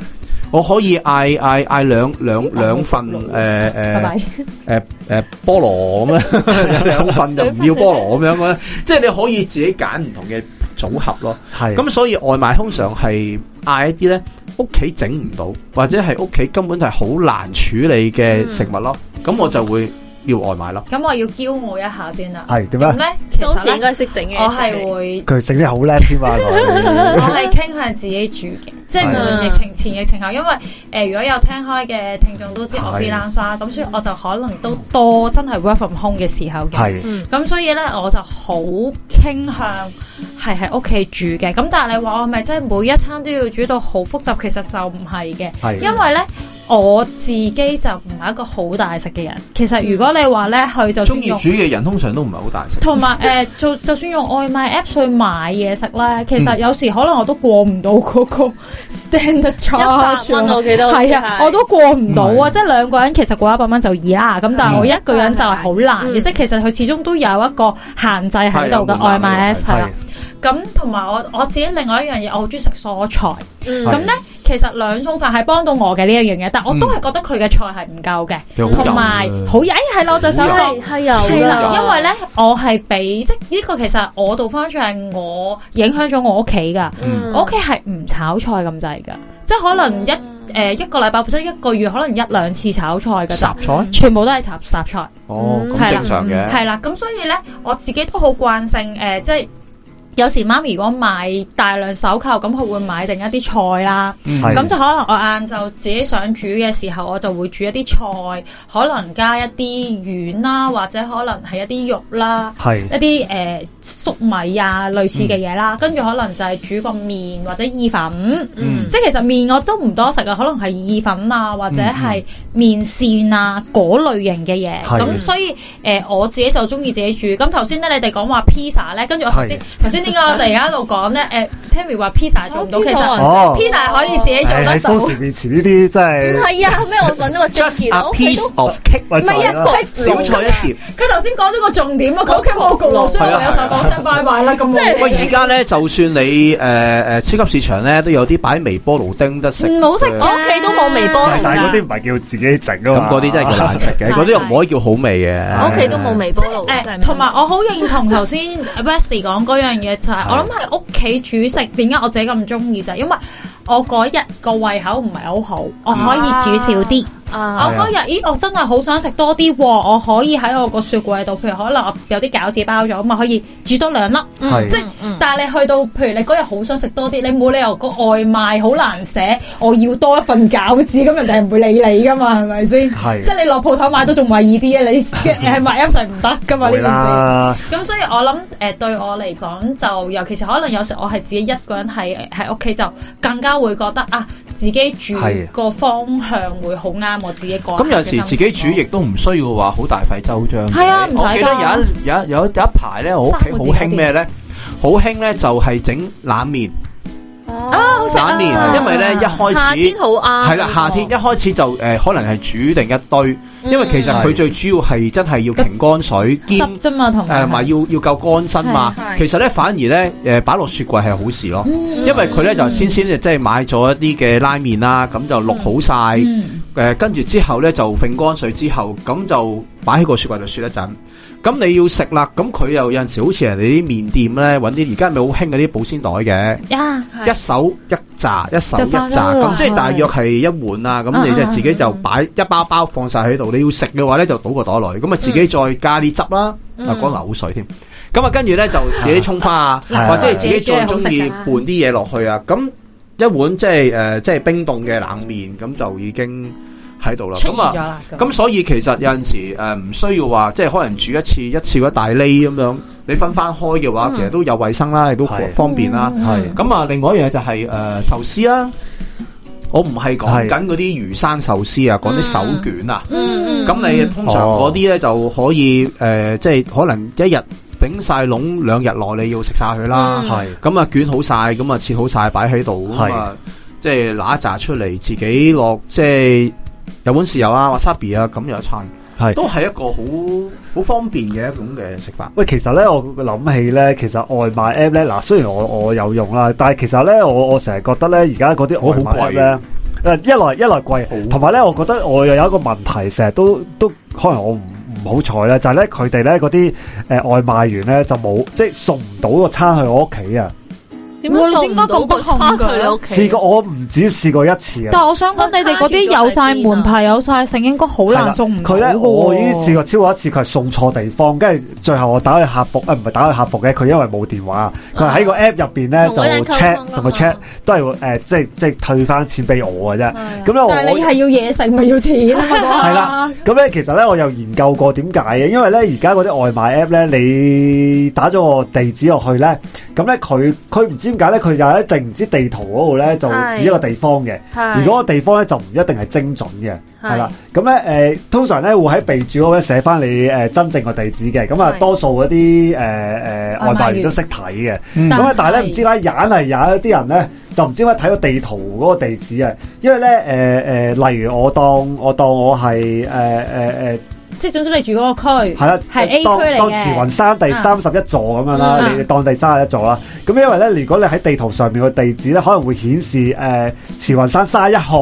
[SPEAKER 3] 我可以嗌嗌嗌兩兩兩份誒誒誒誒菠蘿咁
[SPEAKER 4] (laughs)
[SPEAKER 3] 樣，兩份就唔要菠蘿咁樣咧，即係你可以自己揀唔同嘅組合咯。
[SPEAKER 1] 係
[SPEAKER 3] 咁啊所以外賣通常係嗌一啲咧屋企整唔到，或者係屋企根本係好難處理
[SPEAKER 4] 嗯
[SPEAKER 3] 嘅食物咯。咁我就會要外賣咯。
[SPEAKER 4] 咁我要驕傲一下先啦。
[SPEAKER 1] 係點啊
[SPEAKER 4] 咁
[SPEAKER 1] 咧？
[SPEAKER 4] 咧，其
[SPEAKER 5] 當時
[SPEAKER 4] 實咧，
[SPEAKER 5] 應該識整嘅。
[SPEAKER 4] 我係嗯會，
[SPEAKER 1] 佢整啲好叻添
[SPEAKER 4] (laughs)
[SPEAKER 1] 啊！
[SPEAKER 4] 我
[SPEAKER 1] 佢
[SPEAKER 4] 係傾向自己煮嘅，即係無論疫情前、疫情後，因為誒如果有聽開嘅聽眾都知我
[SPEAKER 1] 係
[SPEAKER 4] freelance 啦，咁所以我就可能都多真係 work from home 嘅時候嘅。
[SPEAKER 1] 係
[SPEAKER 4] 咁所以咧，我就好傾向係喺屋企煮嘅。咁但係你話我係咪真係每一餐都要煮到好複雜？其實就唔係嘅，
[SPEAKER 1] 係
[SPEAKER 4] 因為咧我自己就唔係一個好大食嘅人。其實如果你話咧去就
[SPEAKER 3] 中
[SPEAKER 4] 算
[SPEAKER 3] 意
[SPEAKER 4] 用
[SPEAKER 3] 煮嘅人通常都唔係好大食。
[SPEAKER 4] 同埋 (laughs) 誒，就就算用外賣 app 去買嘢食咧，其實有時可能我都過唔到嗰個 (laughs) standard
[SPEAKER 5] 一百
[SPEAKER 4] charge
[SPEAKER 5] 蚊，
[SPEAKER 4] 啊。
[SPEAKER 5] 我記得好似
[SPEAKER 4] 係啊，我都過唔到啊！即係兩個人其實過一百蚊就易啦，咁但係我一個人就係好難嘅，
[SPEAKER 5] 嗯
[SPEAKER 4] 即係其實佢始終都有一個限制喺度嘅
[SPEAKER 3] 係有
[SPEAKER 4] 外
[SPEAKER 3] 門檻
[SPEAKER 4] 賣 app 係
[SPEAKER 1] 係。
[SPEAKER 4] 啦咁同埋我我自己另外一樣嘢，我好中意食蔬菜。
[SPEAKER 5] 嗯
[SPEAKER 4] 咁咧，其實兩餸飯係幫到我嘅呢一樣嘢，但我都係覺得佢嘅菜係唔夠嘅，
[SPEAKER 3] 有好油
[SPEAKER 4] 同埋
[SPEAKER 3] 嘅
[SPEAKER 4] 好曳係咯，我就想
[SPEAKER 3] 好
[SPEAKER 4] 講
[SPEAKER 5] 係。係有
[SPEAKER 4] 係啦，
[SPEAKER 5] 㗎
[SPEAKER 4] 因為咧，我係俾即係呢個其實我度翻轉係我影響咗我屋企噶，
[SPEAKER 5] 嗯
[SPEAKER 4] 我屋企係唔炒菜咁滯噶，即係可
[SPEAKER 3] 嗯
[SPEAKER 4] 能一誒、呃一個禮拜或者一個月可能一兩次炒菜噶咋，
[SPEAKER 3] 雜菜
[SPEAKER 4] 全部都係雜雜菜，
[SPEAKER 3] 哦，咁
[SPEAKER 4] 係啦
[SPEAKER 3] 正常嘅。
[SPEAKER 4] 係啦，咁所以咧我自己都好慣性誒、呃即係有時媽咪如果買大量手購，咁佢會買定一啲菜啦。
[SPEAKER 3] 嗯
[SPEAKER 1] 係
[SPEAKER 4] 咁就可能我晏晝自己想煮嘅時候，我就會煮一啲菜，可能加一啲丸啦，或者可能係一啲肉啦，
[SPEAKER 1] 係
[SPEAKER 4] 一啲誒、呃粟米啊類似嘅嘢
[SPEAKER 1] 嗯
[SPEAKER 4] 啦，跟住可能就係煮個麵或者意粉，
[SPEAKER 3] 嗯
[SPEAKER 4] 即係其實麵我都唔多食啊，可能係意粉啊或者
[SPEAKER 1] 嗯
[SPEAKER 4] 係麵線啊嗰類型嘅嘢，
[SPEAKER 1] 係
[SPEAKER 4] 咁所以誒、呃我自己就中意自己煮。咁頭先咧你哋講話 pizza 咧，跟住我頭先頭先知點解我哋而家一路講咧？誒，Pammy 話 pizza 做唔到，
[SPEAKER 5] 哦
[SPEAKER 4] 其實
[SPEAKER 5] ，pizza
[SPEAKER 1] 哦
[SPEAKER 4] pizza 係可以自己做
[SPEAKER 1] 係喺
[SPEAKER 4] 得
[SPEAKER 1] 蘇
[SPEAKER 4] 到。
[SPEAKER 1] 氏面前呢啲真係，
[SPEAKER 5] 系啊，後尾我揾咗個
[SPEAKER 3] just
[SPEAKER 5] 職員，
[SPEAKER 3] a
[SPEAKER 5] 我屋企
[SPEAKER 3] piece
[SPEAKER 5] 都
[SPEAKER 3] of cake，
[SPEAKER 1] 喂，
[SPEAKER 4] 係
[SPEAKER 1] 就係啦
[SPEAKER 4] 個
[SPEAKER 3] 小菜一碟。
[SPEAKER 4] 佢頭先講咗個重點啊，佢屋企冇焗爐，所以我有同佢講聲拜拜啦。咁
[SPEAKER 3] 喂，而家咧，就算你诶诶超級市場咧，都有啲擺微波爐叮得食。
[SPEAKER 4] 唔好食㗎
[SPEAKER 5] 我屋企都冇微
[SPEAKER 1] 但
[SPEAKER 4] 啊
[SPEAKER 5] 波
[SPEAKER 1] 係
[SPEAKER 5] 爐
[SPEAKER 1] 但係嗰啲
[SPEAKER 5] 㗎，
[SPEAKER 1] 唔係叫自己整啊
[SPEAKER 3] 咁
[SPEAKER 1] 嘛，
[SPEAKER 3] 嗰啲真係叫難食嘅，嗰啲又唔可以叫好味嘅。
[SPEAKER 5] 我屋企都冇微波爐，真係
[SPEAKER 4] 誒，
[SPEAKER 5] 冇
[SPEAKER 4] 同埋我好認同頭先 Wesley 講嗰樣嘢，就係我諗係屋企煮食點解我自己咁中意就係因為我嗰日個胃口唔係好好，我可以煮少啲。
[SPEAKER 5] 啊，
[SPEAKER 4] 我嗰日，咦，我真係好想食多啲喎！我可以喺我個雪櫃度，譬如可能我有啲餃子包咗，咁啊可以煮多兩粒。
[SPEAKER 1] 係
[SPEAKER 4] 即係，但係你去到，譬如你嗰日好想食多啲，你冇理由個外賣好難寫，我要多一份餃子，咁人哋係唔會理你噶嘛，係咪先？
[SPEAKER 1] 係
[SPEAKER 4] 即係你落鋪頭買都仲為意啲啊！你
[SPEAKER 3] (laughs)
[SPEAKER 4] 係買 M 上唔得噶嘛呢
[SPEAKER 1] 會
[SPEAKER 4] 件事。
[SPEAKER 1] 啦，
[SPEAKER 4] 咁所以我諗誒、呃、對我嚟講就，尤其是可能有時我係自己一個人喺喺屋企，就更加會覺得啊，自己煮
[SPEAKER 1] 係
[SPEAKER 4] 個方向會好啱我自己個人
[SPEAKER 3] 咁有陣
[SPEAKER 4] 嘅心
[SPEAKER 3] 時
[SPEAKER 4] 情
[SPEAKER 3] 自己煮亦都唔需要話好大費周章嘅。
[SPEAKER 4] 係啊唔使㗎
[SPEAKER 3] 我記得有一有一有一有一排咧，我屋企好興咩咧？好興咧就係整冷面，
[SPEAKER 5] 啊，好食
[SPEAKER 3] 冷面，因為咧一
[SPEAKER 5] 夏
[SPEAKER 3] 開始
[SPEAKER 5] 天。好啱，
[SPEAKER 3] 係啦，夏天一開始就诶、呃可能係煮定一堆，因為其實
[SPEAKER 1] 嗯
[SPEAKER 3] 佢最主要係真係要擎乾水兼
[SPEAKER 4] 濕啫嘛，同
[SPEAKER 3] 诶，埋
[SPEAKER 4] 埋
[SPEAKER 3] 要要夠乾身嘛
[SPEAKER 5] 係。係
[SPEAKER 3] 其實咧反而咧诶，摆落雪櫃係好事咯，
[SPEAKER 4] 嗯
[SPEAKER 3] 因為佢咧就先先就即係買咗一啲嘅拉麵啦，咁就淥好晒，
[SPEAKER 4] 嗯
[SPEAKER 3] 诶，跟住之後咧就揈乾水之後，咁就擺喺個雪櫃度雪一陣。咁你要食啦，咁佢又有阵时好似人哋啲麵店咧，搵啲而家咪好興嗰啲保鮮袋嘅。
[SPEAKER 4] 呀，
[SPEAKER 5] 係
[SPEAKER 3] 一手一扎，一手
[SPEAKER 4] 就
[SPEAKER 3] 一
[SPEAKER 4] 放咗啊
[SPEAKER 3] 扎，
[SPEAKER 4] 落
[SPEAKER 3] 咁
[SPEAKER 4] 去
[SPEAKER 3] 即係大約係一碗
[SPEAKER 4] 啊
[SPEAKER 3] 啦。咁你就自己就擺一包包放晒喺度。你要食嘅話咧，就倒個袋落去。咁啊，自
[SPEAKER 4] 嗯
[SPEAKER 3] 己再加啲汁啦，啊講流水添。咁啊，跟住咧就自己沖花啊，
[SPEAKER 4] 嗯
[SPEAKER 1] 係
[SPEAKER 3] 或者係自己最
[SPEAKER 4] 啊
[SPEAKER 3] 中意拌啲嘢落去啊。咁一碗即係誒，即係冰凍嘅冷麵，咁就已經喺度啦。
[SPEAKER 4] 出現
[SPEAKER 3] 咁
[SPEAKER 4] 咗
[SPEAKER 3] 啊。
[SPEAKER 4] 啦，咁
[SPEAKER 3] 咁所以其實有陣時誒唔需要話，即係可能煮一次一次一大喱咁樣，你分翻開嘅
[SPEAKER 4] 嗯
[SPEAKER 3] 話，其實都有衞生啦，亦都
[SPEAKER 1] 係
[SPEAKER 3] 方便啦。
[SPEAKER 1] 係
[SPEAKER 3] 咁啊，另外一樣嘢就係、誒、壽司啦、我唔係講
[SPEAKER 1] 係
[SPEAKER 3] 緊嗰啲魚生壽司啊，講啲手卷啊。
[SPEAKER 5] 嗯，嗯
[SPEAKER 3] 咁、你通常嗰啲咧就可以誒、呃即係可能一日頂晒籠兩日內你要食晒佢啦。
[SPEAKER 1] 係
[SPEAKER 3] 咁啊、捲好晒，咁啊切好晒擺喺度，咁啊即係揦一紮出嚟，自己落即係有碗豉油啊、wasabi 啊咁樣一餐，
[SPEAKER 1] 係
[SPEAKER 3] 都係一個好好方便嘅一種嘅食法。
[SPEAKER 1] 喂，其實咧，我諗起咧，其實外賣 app 咧，嗱，雖然我我有用啦，但係其實咧，我我成日覺得咧，而家嗰啲外
[SPEAKER 3] 好貴
[SPEAKER 1] 賣 app 咧，誒一來一來貴，同埋咧，我覺得我又有一個問題，成日都都可能我唔唔好彩咧，就係咧佢哋咧嗰啲誒外賣員咧就冇即係送唔到個餐去我屋企啊！
[SPEAKER 5] 點解送唔到個叉去你屋
[SPEAKER 1] 試
[SPEAKER 5] 企？
[SPEAKER 1] 過我唔止試過一次啊！
[SPEAKER 4] 但我想講你哋嗰啲有晒門牌有晒成，應該好
[SPEAKER 1] 係啦
[SPEAKER 4] 難送唔
[SPEAKER 1] 佢
[SPEAKER 4] 到嘅
[SPEAKER 1] 咧，
[SPEAKER 4] 喎
[SPEAKER 1] 我已經試過超過一次，佢係送錯地方，跟住最後我打去客服，誒唔係打去客服嘅，佢因為冇電話，佢係喺個 app 入邊咧
[SPEAKER 5] 同嗰人溝
[SPEAKER 1] 就
[SPEAKER 5] 通
[SPEAKER 1] check
[SPEAKER 5] 㗎嘛
[SPEAKER 1] 同佢 check 都係誒，即係即係退翻錢俾我嘅啫。咁咧
[SPEAKER 4] 嗯但係你
[SPEAKER 1] 我
[SPEAKER 4] 係要嘢食咪要錢 (laughs) 啊嘛？
[SPEAKER 1] 係啦，咁咧其實咧我又研究過點解嘅，因為咧而家嗰啲外賣 app 咧，你打咗個地址落去咧，咁咧佢佢唔知點解咧，佢就一定唔知地圖嗰度咧就
[SPEAKER 5] 係
[SPEAKER 1] 指一個地方嘅。
[SPEAKER 5] 係
[SPEAKER 1] 而嗰個地方咧就唔一定係精準嘅，
[SPEAKER 5] 係
[SPEAKER 1] 係啦。咁咧誒，通常咧會喺備註嗰度寫翻你誒、真正個地址嘅。咁啊
[SPEAKER 5] 係，
[SPEAKER 1] 多數嗰啲誒誒呃外賣員都識睇嘅。
[SPEAKER 4] 嗯
[SPEAKER 1] 咁啊，但係咧唔知啦，硬係有一啲人咧就唔知點解睇個地圖嗰個地址啊。因為咧誒誒，例如我當我當我係誒誒誒。呃
[SPEAKER 4] 即係總之你住嗰個區
[SPEAKER 1] 係啦，
[SPEAKER 4] 係 A
[SPEAKER 1] 當
[SPEAKER 4] 區嚟嘅
[SPEAKER 1] 當慈雲山第
[SPEAKER 4] 啊
[SPEAKER 1] 三十一座咁樣啦，
[SPEAKER 4] 嗯
[SPEAKER 1] 你你當第三十一座啦。咁因為咧，如果你喺地圖上面個地址咧，可能會顯示誒、呃慈雲山三十一號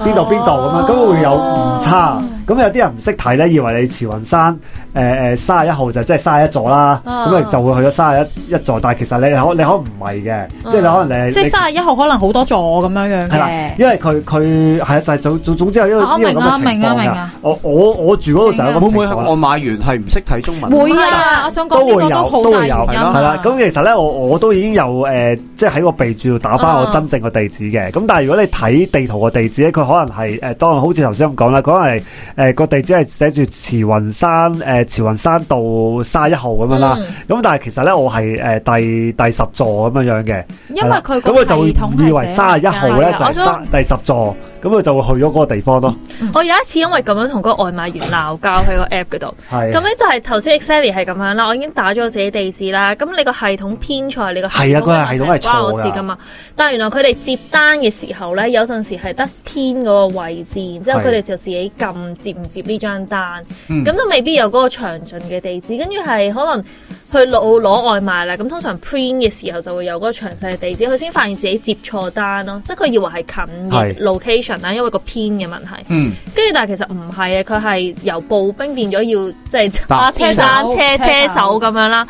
[SPEAKER 1] 邊度邊度咁
[SPEAKER 4] 哦
[SPEAKER 1] 樣，咁會有誤差。咁有啲人唔識睇咧，以為你慈雲山誒誒三十一號就即係三十一座啦，
[SPEAKER 4] 哦
[SPEAKER 1] 咁你就會去咗三十一一座，但係其實你可你可能唔係嘅，即係你可能你係
[SPEAKER 4] 哦即係
[SPEAKER 1] 你
[SPEAKER 4] 三十一號可能好多座咁樣樣
[SPEAKER 1] 係啦
[SPEAKER 4] 嘅，。
[SPEAKER 1] 因為佢佢係啊就係總總總之有呢
[SPEAKER 4] 啊我
[SPEAKER 1] 個呢個咁
[SPEAKER 4] 明
[SPEAKER 1] 嘅
[SPEAKER 4] 啊
[SPEAKER 1] 情
[SPEAKER 4] 明啊
[SPEAKER 1] 況
[SPEAKER 4] 明
[SPEAKER 1] 㗎
[SPEAKER 4] 啊。
[SPEAKER 1] 我我我住嗰度就有咁
[SPEAKER 3] 會唔會
[SPEAKER 1] 情況啦
[SPEAKER 3] 我買完係唔識睇中文？
[SPEAKER 4] 會啊，我想講呢個都好大原因
[SPEAKER 1] 係
[SPEAKER 4] 啊
[SPEAKER 1] 啦係啦，咁其實咧，我我都已經有誒、呃即係喺個備註度打翻我
[SPEAKER 4] 嗯
[SPEAKER 1] 真正個地址嘅。咁但係如果你睇地圖個地址咧，佢可能係誒、呃，當然好似頭先咁講啦，可能係誒個地址係寫住慈雲山誒、呃慈雲山道三一號咁樣啦。
[SPEAKER 4] 嗯
[SPEAKER 1] 咁、但係其實咧，我係誒、呃第第十座咁樣樣嘅，
[SPEAKER 4] 因為佢
[SPEAKER 1] 係啦咁我就會
[SPEAKER 4] 系統
[SPEAKER 1] 以為三十一號咧就
[SPEAKER 4] 啊我
[SPEAKER 1] 係
[SPEAKER 4] 想
[SPEAKER 1] 三第十座，咁佢就會去咗嗰個地方咯。
[SPEAKER 5] (laughs) 我有一次因為咁樣同個外賣員鬧交
[SPEAKER 1] (laughs)
[SPEAKER 5] 喺個 app 嗰度，
[SPEAKER 1] 係
[SPEAKER 5] 咁咧就係頭先 Xavi 係咁樣啦，我已經打咗我自己地址啦，咁你個系統編錯，你個
[SPEAKER 1] 係啊嗰個系統係錯㗎
[SPEAKER 5] 關我事噶嘛，但係原來佢哋接單嘅時候咧，有陣時係得編嗰個位置，然之後佢哋就自己撳接唔接呢張單，
[SPEAKER 3] 嗯
[SPEAKER 5] 咁都未必有嗰個詳盡嘅地址，跟住係可能去攞攞外賣啦，咁通常 print 嘅時候就會有嗰個詳細嘅地址，佢先發現自己接錯單咯，即係佢以為係近嘅
[SPEAKER 1] 係
[SPEAKER 5] location 啦，因為個編嘅問題。
[SPEAKER 3] 嗯，
[SPEAKER 5] 跟住但係其實唔係啊，佢係由步兵變咗要即係揸
[SPEAKER 3] 搭
[SPEAKER 5] (laughs) 車單車車手咁樣啦。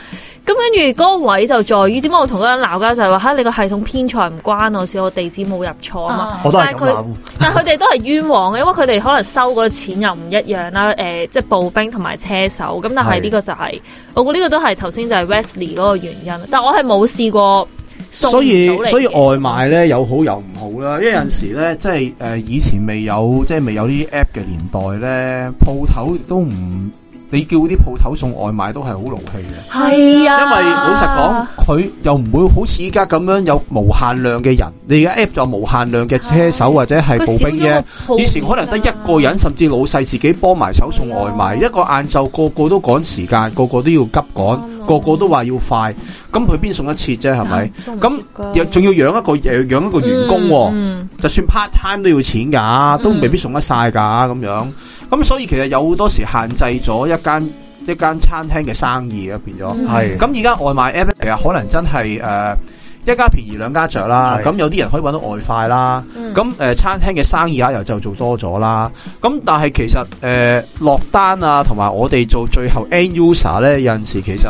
[SPEAKER 5] 咁跟住嗰個位就在於點解我同嗰個人鬧交就係話嚇你個系統編錯唔關我事，我地址冇入錯啊嘛。
[SPEAKER 1] 我都係
[SPEAKER 5] 但係
[SPEAKER 1] 咁
[SPEAKER 5] 佢
[SPEAKER 1] 諗。
[SPEAKER 5] 但係佢哋都係冤枉嘅，因為佢哋可能收嗰個錢又唔一樣啦。誒、即係步兵同埋車手咁，但係呢個就係、我估呢個都係頭先就係 Wesley 嗰個原因。但我係冇試過送唔到
[SPEAKER 3] 所以
[SPEAKER 5] 嚟嘅
[SPEAKER 3] 所以外賣咧有好有唔好啦，因為有陣時咧即係誒、呃以前未有即係未有呢啲 app 嘅年代咧，鋪頭都唔你叫啲鋪頭送外賣都係好勞氣嘅。
[SPEAKER 5] 係啊，
[SPEAKER 3] 因為老實講，佢又唔會好似依家咁樣有無限量嘅人，你而家 app 就無限量嘅車手或者係
[SPEAKER 5] 佢
[SPEAKER 3] 步
[SPEAKER 5] 少
[SPEAKER 3] 兵
[SPEAKER 5] 咗個
[SPEAKER 3] 啫。
[SPEAKER 5] 鋪
[SPEAKER 3] 以前可能得一個人，甚至老細自己幫埋手送外賣，一個晏晝個個都趕時間，個個都要急趕，個個都話要快，咁佢邊送一次啫？係咪？咁又仲要養一個又養一個員工喎。
[SPEAKER 5] 嗯嗯
[SPEAKER 3] 就算 part time 都要錢㗎，都
[SPEAKER 5] 嗯
[SPEAKER 3] 未必送得晒㗎咁樣。咁所以其實有好多時限制咗一間一間餐廳嘅生意啊，變咗。
[SPEAKER 5] 嗯
[SPEAKER 1] 係
[SPEAKER 3] 咁而家外賣 app 咧，其實可能真係誒、呃一家便宜兩家着啦。
[SPEAKER 1] 係
[SPEAKER 3] 咁有啲人可以揾到外快啦。
[SPEAKER 5] 嗯
[SPEAKER 3] 咁誒、呃餐廳嘅生意額又就做多咗啦。咁但係其實誒、呃落單啊，同埋我哋做最後 end user 咧，有陣時其實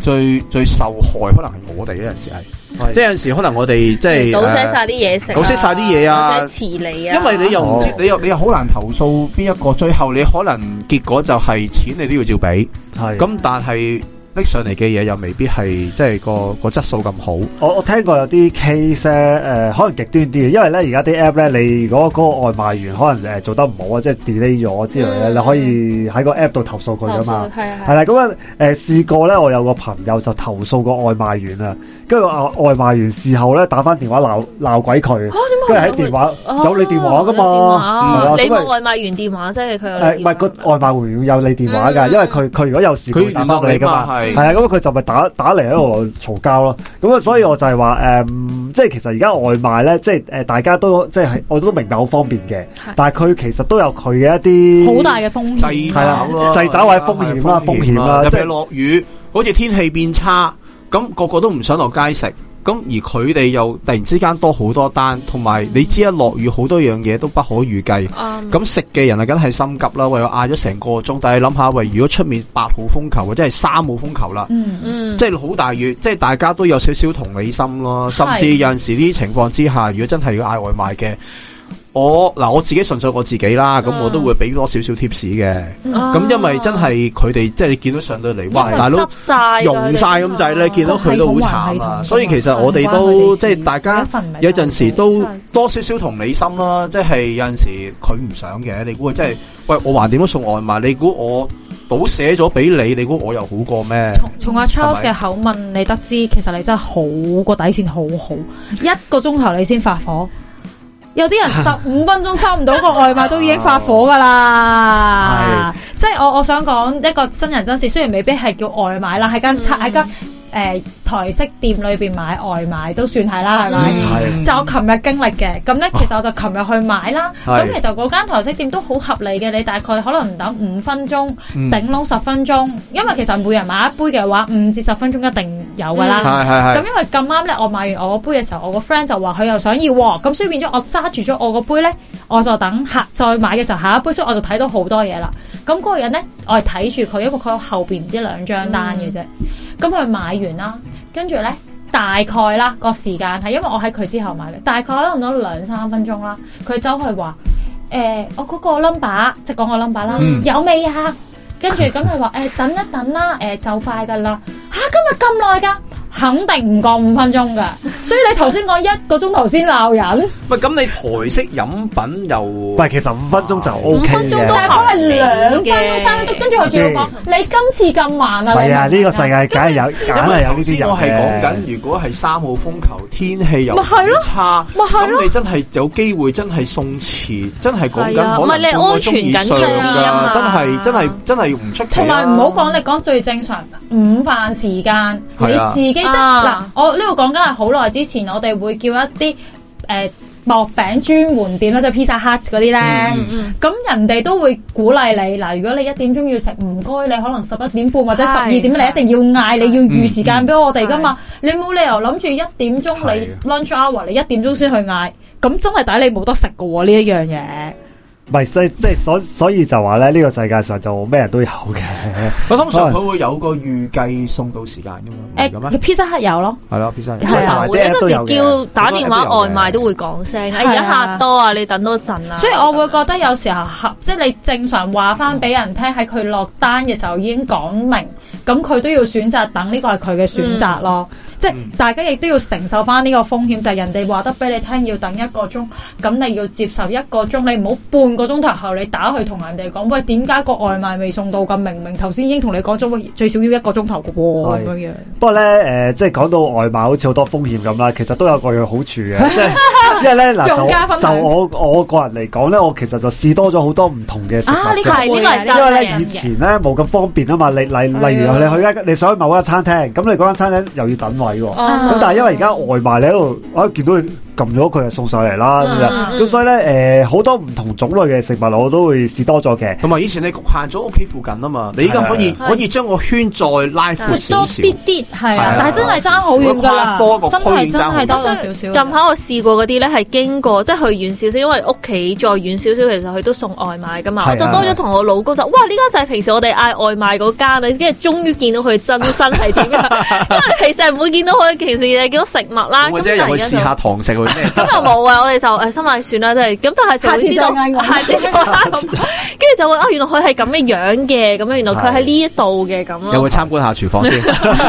[SPEAKER 3] 最最受害可能係我哋有陣時係，
[SPEAKER 1] 係
[SPEAKER 3] 即係有陣時可能我哋即係
[SPEAKER 5] 倒
[SPEAKER 3] 呃
[SPEAKER 5] 寫晒啲嘢食啊，
[SPEAKER 3] 倒寫晒啲嘢啊
[SPEAKER 5] 或者遲嚟啊，
[SPEAKER 3] 因為你又唔知
[SPEAKER 1] 哦，
[SPEAKER 3] 你又你又好難投訴邊一個，最後你可能結果就係錢你都要照俾，
[SPEAKER 1] 係
[SPEAKER 3] 咁但係拎上嚟嘅嘢又未必係即係個個質素咁好。
[SPEAKER 1] 我我聽過有啲 case 咧、呃，可能極端啲嘅，因為咧而家啲 app 咧，你如果嗰個外賣員可能誒、呃做得唔好啊，即係 delay 咗之類咧，
[SPEAKER 5] 嗯
[SPEAKER 1] 你可以喺個 app 度投訴佢噶嘛。
[SPEAKER 5] 係啊
[SPEAKER 1] 係啦，咁啊誒試過咧，我有個朋友就投訴個外賣員啊，跟住啊外賣員事後咧打翻電話鬧鬧鬼佢，
[SPEAKER 5] 啊
[SPEAKER 1] 跟住喺電話有你電話噶嘛，係啦
[SPEAKER 5] 哦你
[SPEAKER 1] 咁咪
[SPEAKER 5] 冇啊外賣員電話啫，佢有
[SPEAKER 1] 誒唔
[SPEAKER 5] 你電話
[SPEAKER 1] 係個外賣員有你電話㗎，
[SPEAKER 5] 嗯
[SPEAKER 1] 因為佢佢如果有事
[SPEAKER 3] 佢
[SPEAKER 1] 會打翻你㗎嘛，
[SPEAKER 3] 聯絡你
[SPEAKER 1] 係
[SPEAKER 3] 嘛
[SPEAKER 1] 啊，咁佢就咪打打嚟喺度嘈交咯。咁啊，所以我就係話誒，嗯即係其實而家外賣咧，即係誒大家都即係我都明白好方便嘅，但係佢其實都有佢嘅一啲
[SPEAKER 4] 好大嘅風險。
[SPEAKER 3] 掣
[SPEAKER 1] 係啦
[SPEAKER 3] 肘咯，
[SPEAKER 1] 掣肘或者風險啦風險啦
[SPEAKER 3] 特
[SPEAKER 1] 啊即
[SPEAKER 3] 別
[SPEAKER 1] 係
[SPEAKER 3] 啊落雨，好似天氣變差，咁個個都唔想落街食。咁而佢哋又突然之間多好多單，同埋你知一落雨好多樣嘢都不可預計。
[SPEAKER 1] 嗯
[SPEAKER 5] 啱
[SPEAKER 3] 咁食嘅人啊，梗係心急啦，喂，我嗌咗成個鐘，但係你諗下，喂，如果出面八號風球或者係三號風球啦，
[SPEAKER 4] 嗯，
[SPEAKER 5] 嗯，
[SPEAKER 3] 即係好大雨，即係大家都有少少同理心咯。甚至有陣時呢啲情況之下，如果真係要嗌外賣嘅，我嗱我自己純粹我自己啦，咁
[SPEAKER 5] 嗯
[SPEAKER 3] 我都會俾多少少 tips 嘅。
[SPEAKER 5] 咁
[SPEAKER 3] 咁因為真係佢哋即係你見到上到嚟，哇，大佬
[SPEAKER 5] 濕晒
[SPEAKER 3] 溶晒咁滯咧，見到佢都好慘啊！所以其實我哋都即係大家有陣時都多少少同理心啦，即係有陣時佢唔想嘅，你估佢真係喂我還點都送外賣，你估我倒寫咗俾你，你估我又好過咩？
[SPEAKER 4] 從從
[SPEAKER 5] 嗯
[SPEAKER 4] 阿 Charles
[SPEAKER 3] 係咪
[SPEAKER 4] 嘅口吻，你得知其實你真係好個底線好好，一個鐘頭你先發火。有啲人十五分鐘收唔到個外賣都已經發火噶啦，即係我我想講一個真人真事，雖然未必係叫外賣啦，喺間餐喺間誒台式店裏邊買外賣都算係啦，係咪？
[SPEAKER 3] 嗯
[SPEAKER 1] 係
[SPEAKER 4] 就我琴日經歷嘅，咁咧其實我就琴日去買啦。咁其實嗰間台式店都好合理嘅，你大概可能等五分鐘，
[SPEAKER 3] 嗯
[SPEAKER 4] 頂籠十分鐘，因為其實每人買一杯嘅話，五至十分鐘一定有噶啦。
[SPEAKER 3] 係係
[SPEAKER 4] 咁
[SPEAKER 3] 係
[SPEAKER 4] 因為咁啱咧，我買完我嗰杯嘅時候，我個 friend 就話佢又想要喎，咁所以變咗我揸住咗我個杯咧，我就等下再買嘅時候下一杯，所以我就睇到好多嘢啦。咁嗰個人咧，我係睇住佢，因為佢後邊唔知兩張單嘅啫。
[SPEAKER 3] 嗯
[SPEAKER 4] 咁佢、買完啦，跟住咧大概啦個時間係因為我喺佢之後買嘅，大概可能咗兩三分鐘啦。佢走去話：誒、我嗰個 number 即係講我 number 啦，
[SPEAKER 3] 嗯
[SPEAKER 4] 有未啊？跟住咁佢話誒等一等啦，誒、就快噶啦嚇，今日咁耐㗎。肯定唔過五分鐘噶。所以你頭先講一個鐘頭先鬧人，
[SPEAKER 3] 喂，咁你台式飲品又
[SPEAKER 1] 喂，其實五分鐘就
[SPEAKER 4] 五
[SPEAKER 1] O K
[SPEAKER 4] 分鐘
[SPEAKER 1] 嘅。啊
[SPEAKER 4] 都但係佢係兩分鐘、三分鐘，跟住我仲要講你今次咁慢啊！
[SPEAKER 1] 係啊，呢
[SPEAKER 4] 你明唔明
[SPEAKER 1] 個世界梗係
[SPEAKER 4] (laughs)
[SPEAKER 1] 有，梗
[SPEAKER 3] 因
[SPEAKER 1] 係
[SPEAKER 3] 為
[SPEAKER 1] 有
[SPEAKER 3] 頭
[SPEAKER 1] 呢啲
[SPEAKER 3] 先
[SPEAKER 1] 人
[SPEAKER 3] 我係講
[SPEAKER 1] 嘅。
[SPEAKER 3] 緊，如果係三號風球，天氣又
[SPEAKER 4] 咪係咯
[SPEAKER 3] 差，
[SPEAKER 4] 咪係咯
[SPEAKER 3] 咁你真係有機會真係送遲，真係講緊
[SPEAKER 5] 係啊
[SPEAKER 3] 可能
[SPEAKER 5] 唔係你
[SPEAKER 3] 半個鐘以上
[SPEAKER 5] 安全緊㗎
[SPEAKER 3] 㗎，
[SPEAKER 5] 嘛
[SPEAKER 3] 真係真係真係唔出奇啊。
[SPEAKER 4] 同埋唔好講，你講最正常午飯時間，你
[SPEAKER 3] 係啊
[SPEAKER 4] 自己即係嗱
[SPEAKER 5] 啊，
[SPEAKER 4] 我呢度講緊係好耐之前，我哋會叫一啲誒薄餅專門店啦，即係 Pizza Hut 嗰啲咧
[SPEAKER 3] 嗯，
[SPEAKER 4] 咁人哋都會鼓勵你嗱，如果你一點鐘要食，唔該你可能十一點半或者十二點，你
[SPEAKER 5] 係嗯
[SPEAKER 4] 一定要嗌，你要預時間俾我哋噶嘛，你冇理由諗住一點鐘你
[SPEAKER 3] 係啊
[SPEAKER 4] lunch hour 你一點鐘先去嗌，咁真係抵你冇得食噶喎呢一樣嘢。
[SPEAKER 1] 唔係即即係所所以就話咧，呢個世界上就咩人都有嘅。
[SPEAKER 3] 我通常佢會有個預計送到時間㗎嘛，唔係咁
[SPEAKER 4] 誒
[SPEAKER 3] 咩？
[SPEAKER 4] ，Pizza Hut 有咯。
[SPEAKER 3] 係咯，必須
[SPEAKER 4] 係啊
[SPEAKER 5] 有有陣時叫打電話外賣都
[SPEAKER 3] 會。
[SPEAKER 5] 會講聲，
[SPEAKER 4] 係啊
[SPEAKER 5] 而家客多啊，你等多陣啊。
[SPEAKER 4] 所以我會覺得有時候合，即係你正常話翻俾人聽，喺佢落單嘅時候已經講明，咁佢都要選擇等，呢個係佢嘅選擇咯。即係大家亦都要承受翻呢個風險，就係人哋話得俾你聽要等一個鐘，咁你要接受一個鐘，你唔好半個鐘頭後你打去同人哋講，喂點解個外賣未送到咁？明明頭先已經同你講咗，喂最少要一個鐘頭嘅喎
[SPEAKER 1] 係
[SPEAKER 4] 咁樣樣。
[SPEAKER 1] 不過咧，誒、即係講到外賣好似好多風險咁啦，其實都有個樣好處嘅，即
[SPEAKER 4] (laughs)
[SPEAKER 1] 係因為咧
[SPEAKER 4] 用家分
[SPEAKER 1] 嗱，就
[SPEAKER 4] 享
[SPEAKER 1] 就我我個人嚟講咧，我其實就試多咗好多唔同嘅食物
[SPEAKER 4] 啊，呢個
[SPEAKER 1] 嘅。
[SPEAKER 4] 係呢個係
[SPEAKER 5] 因
[SPEAKER 1] 因
[SPEAKER 4] 真
[SPEAKER 1] 為
[SPEAKER 4] 係
[SPEAKER 1] 咧以前咧冇咁方便啊嘛，你例例如
[SPEAKER 4] 係
[SPEAKER 1] 你去一間你想去某一間餐廳，咁你嗰間餐廳又要等位喎。
[SPEAKER 4] 啊
[SPEAKER 1] 咁但係因為而家外賣你喺度，我一見到你撳咗佢就送上嚟啦咁
[SPEAKER 5] 嗯
[SPEAKER 1] 樣，咁所以咧誒好多唔同種類嘅食物我都會試多咗嘅。
[SPEAKER 3] 同埋以前你局限咗屋企附近啊嘛，你依家可以
[SPEAKER 5] 係
[SPEAKER 3] 可以將個圈再拉闊
[SPEAKER 4] 闊
[SPEAKER 3] 少
[SPEAKER 4] 多
[SPEAKER 3] 少。
[SPEAKER 4] 啲啲係
[SPEAKER 3] 係
[SPEAKER 4] 啊
[SPEAKER 3] 啊，
[SPEAKER 4] 但係真係爭好遠㗎啦，
[SPEAKER 3] 多個
[SPEAKER 4] 真係
[SPEAKER 3] 區
[SPEAKER 4] 真
[SPEAKER 3] 爭好
[SPEAKER 4] 係
[SPEAKER 3] 遠
[SPEAKER 4] 多咗少少㗎。
[SPEAKER 5] 近排我試過嗰啲咧，係經過即係去遠少少，因為屋企再遠少少，其實佢都送外賣噶嘛。
[SPEAKER 1] 係啊
[SPEAKER 5] 我就多咗同我老公就，哇！呢間就係平時我哋嗌外賣嗰間啦，跟住終於見到佢真身係點樣，因為你平時係唔會見到佢，平時你見到食物啦。
[SPEAKER 3] 我
[SPEAKER 5] 咁
[SPEAKER 3] 即係
[SPEAKER 5] 突然
[SPEAKER 3] 又去
[SPEAKER 5] 間
[SPEAKER 3] 試
[SPEAKER 5] 就
[SPEAKER 4] 啊
[SPEAKER 3] 下堂食佢咩？
[SPEAKER 5] 咁就冇啊！我哋就誒心諗算啦，即係咁，但係就會知道 (laughs) 下
[SPEAKER 4] 下
[SPEAKER 5] 次再嗌咁跟住就會哦，原來佢係咁嘅樣嘅，咁樣 (laughs) 原來佢喺呢一度嘅咁
[SPEAKER 3] 又
[SPEAKER 5] 咯，
[SPEAKER 3] 會參觀下廚房
[SPEAKER 4] (laughs)
[SPEAKER 3] 先。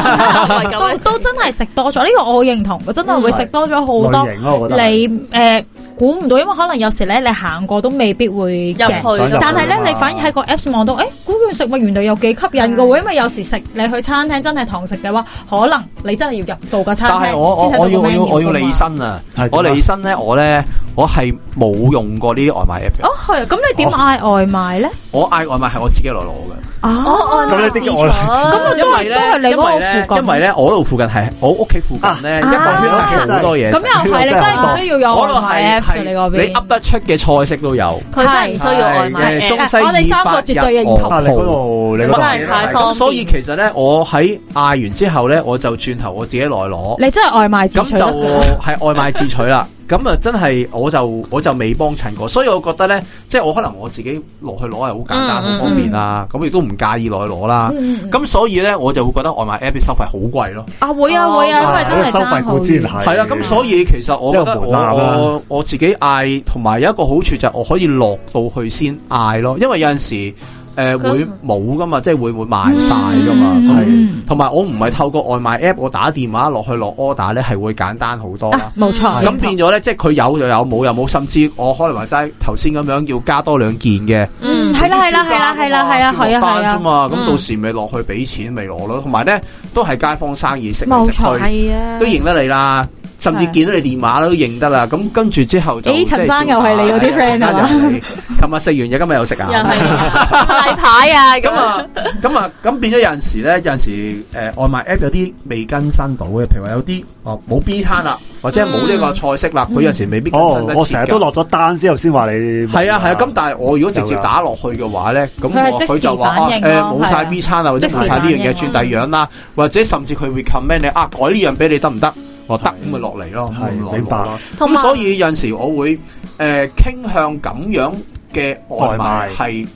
[SPEAKER 4] 都
[SPEAKER 5] 係咁樣
[SPEAKER 4] 都真係食多咗，呢、個我認同，我真係會食多咗好多
[SPEAKER 1] 類。型咯，我覺得係
[SPEAKER 4] 你誒估唔到，因為可能有時咧你行過都未必會
[SPEAKER 5] 入
[SPEAKER 4] 嘅。
[SPEAKER 5] 去咯
[SPEAKER 1] 想入去
[SPEAKER 4] 但係咧，
[SPEAKER 1] 啊嘛
[SPEAKER 4] 你反而喺個 Apps 望到，誒、嗰樣食物原來有幾吸引嘅喎，因為有時食你去餐廳真係堂食嘅話，可能你真係要入到個餐
[SPEAKER 3] 但係
[SPEAKER 4] 廳
[SPEAKER 3] 我我
[SPEAKER 4] 先睇到
[SPEAKER 3] 我
[SPEAKER 4] 個
[SPEAKER 3] 要我
[SPEAKER 4] menu
[SPEAKER 3] 要我要
[SPEAKER 4] 㗎嘛
[SPEAKER 3] 離。身啊
[SPEAKER 1] 係！
[SPEAKER 3] 我
[SPEAKER 1] 點啊
[SPEAKER 3] 離身咧，我咧我係冇用過呢啲外賣 app 嘅
[SPEAKER 4] 哦，。係啊，咁你點嗌外賣咧？
[SPEAKER 3] 我嗌外賣係我自己落攞嘅。
[SPEAKER 4] 哦，
[SPEAKER 1] 咁你啲外賣
[SPEAKER 4] 咁啊
[SPEAKER 3] 因
[SPEAKER 4] 都係都
[SPEAKER 3] 為
[SPEAKER 4] 係
[SPEAKER 3] 咧，
[SPEAKER 4] 你
[SPEAKER 3] 因為
[SPEAKER 4] 嗰
[SPEAKER 3] 咧，
[SPEAKER 4] 個附
[SPEAKER 3] 因
[SPEAKER 4] 近。
[SPEAKER 3] 為
[SPEAKER 4] 啊
[SPEAKER 3] 咧，我度附近係我屋企附近咧，一個圈係好多嘢
[SPEAKER 4] 咁
[SPEAKER 3] 食。
[SPEAKER 4] 又係，你真係唔需要有
[SPEAKER 3] 嗰度
[SPEAKER 4] 外賣
[SPEAKER 3] 係
[SPEAKER 4] Apps 嘅你嗰
[SPEAKER 3] 係你噏
[SPEAKER 4] 邊。
[SPEAKER 3] 得出嘅菜式都有。
[SPEAKER 5] 佢真係唔需要外賣
[SPEAKER 3] 係誒
[SPEAKER 5] app
[SPEAKER 3] 中西
[SPEAKER 4] 我哋三個絕對認同
[SPEAKER 1] 啊，你嗰度你嗰
[SPEAKER 5] 真
[SPEAKER 1] 度
[SPEAKER 5] 係太方便
[SPEAKER 3] 咁所以其實咧，我喺嗌完之後咧，我就轉頭我自己來攞，
[SPEAKER 4] 你真係外賣自
[SPEAKER 3] 咁
[SPEAKER 4] 取得
[SPEAKER 3] 就
[SPEAKER 4] 㗎。
[SPEAKER 3] 係外賣自取啦。 (laughs) 咁啊，真係我就我就未幫襯過，所以我覺得咧，即係我可能我自己落去攞係好簡單、
[SPEAKER 5] 嗯
[SPEAKER 3] 好方便啦，咁亦都唔介意落去攞啦。
[SPEAKER 4] 嗯
[SPEAKER 3] 咁所以咧，我就會覺得外賣 app 啲收費好貴咯。
[SPEAKER 4] 啊會啊
[SPEAKER 5] 哦
[SPEAKER 4] 會啊，因為
[SPEAKER 1] 啊
[SPEAKER 4] 真係
[SPEAKER 1] 收
[SPEAKER 4] 爭
[SPEAKER 1] 費
[SPEAKER 4] 好
[SPEAKER 1] 固之
[SPEAKER 4] 遠
[SPEAKER 1] 然。係
[SPEAKER 3] 係啦，咁所以其實我覺得
[SPEAKER 1] 一個門
[SPEAKER 3] 我
[SPEAKER 1] 檻啊啦
[SPEAKER 3] 我我自己嗌，同埋有一個好處就係我可以落到去先嗌咯，因為有陣時誒、呃、會冇噶嘛，即係會會賣晒噶嘛，
[SPEAKER 1] 嗯
[SPEAKER 3] 係同埋我唔係透過外賣 app，我打電話落去落 order 咧係會簡單好多啦。
[SPEAKER 4] 啊冇錯，
[SPEAKER 3] 咁變咗咧，即係佢有就有，冇又冇，甚至我可能話齋頭先咁樣要加多兩件嘅，
[SPEAKER 4] 嗯係啦係啦係啦係啦係啦
[SPEAKER 3] 轉落
[SPEAKER 4] 係啊係
[SPEAKER 3] 單啫
[SPEAKER 4] 啊，
[SPEAKER 3] 嘛，咁到時咪落去俾錢咪攞咯，同埋咧都係街坊生意食嚟
[SPEAKER 4] 冇
[SPEAKER 3] 食
[SPEAKER 4] 錯
[SPEAKER 3] 去。
[SPEAKER 5] 係啊
[SPEAKER 3] 都認得你啦，甚至
[SPEAKER 4] 係
[SPEAKER 3] 見到你電話啦都認得啦。咁跟住之後就
[SPEAKER 4] 咦
[SPEAKER 3] 即係
[SPEAKER 4] 陳生
[SPEAKER 3] 照
[SPEAKER 4] 又係你
[SPEAKER 3] 打
[SPEAKER 4] 嗰啲 friend 啊
[SPEAKER 3] 陳生又係你琴日食完嘢，今日又食
[SPEAKER 5] 又
[SPEAKER 3] 啊。 (laughs)
[SPEAKER 5] 係大牌啊咁
[SPEAKER 3] 咁
[SPEAKER 5] 啊，
[SPEAKER 3] 啊，咁啊，咁變咗有陣時咧，有陣時誒、呃外賣 app 有啲未更新到嘅，譬如話有啲哦冇 B 餐啦，
[SPEAKER 4] 嗯
[SPEAKER 3] 或者係冇呢個菜式啦，佢、有陣時未必更
[SPEAKER 1] 哦
[SPEAKER 3] 新得切㗎。，
[SPEAKER 1] 我成日都落咗單之後先話你
[SPEAKER 3] 係啊係啊，咁但係我如果直接打落去嘅話咧，咁
[SPEAKER 4] 佢係
[SPEAKER 3] 我
[SPEAKER 4] 即時
[SPEAKER 3] 佢就話啊
[SPEAKER 4] 反應
[SPEAKER 3] 誒
[SPEAKER 4] 咯
[SPEAKER 3] 冇晒
[SPEAKER 4] 係啊
[SPEAKER 3] B 餐啊，或者
[SPEAKER 4] 即時
[SPEAKER 3] 冇晒呢樣嘢
[SPEAKER 4] 反應
[SPEAKER 3] 轉
[SPEAKER 4] 咯
[SPEAKER 3] 第二樣啦，或者甚至佢會 comment 你啊改呢樣俾你得唔得？我得咁咪落嚟咯，
[SPEAKER 1] 係
[SPEAKER 3] 咁咪落
[SPEAKER 1] 明白
[SPEAKER 3] 落咯。
[SPEAKER 5] 同埋
[SPEAKER 3] 咁所以有陣時我會誒傾向咁樣嘅外賣
[SPEAKER 1] 外賣
[SPEAKER 3] 係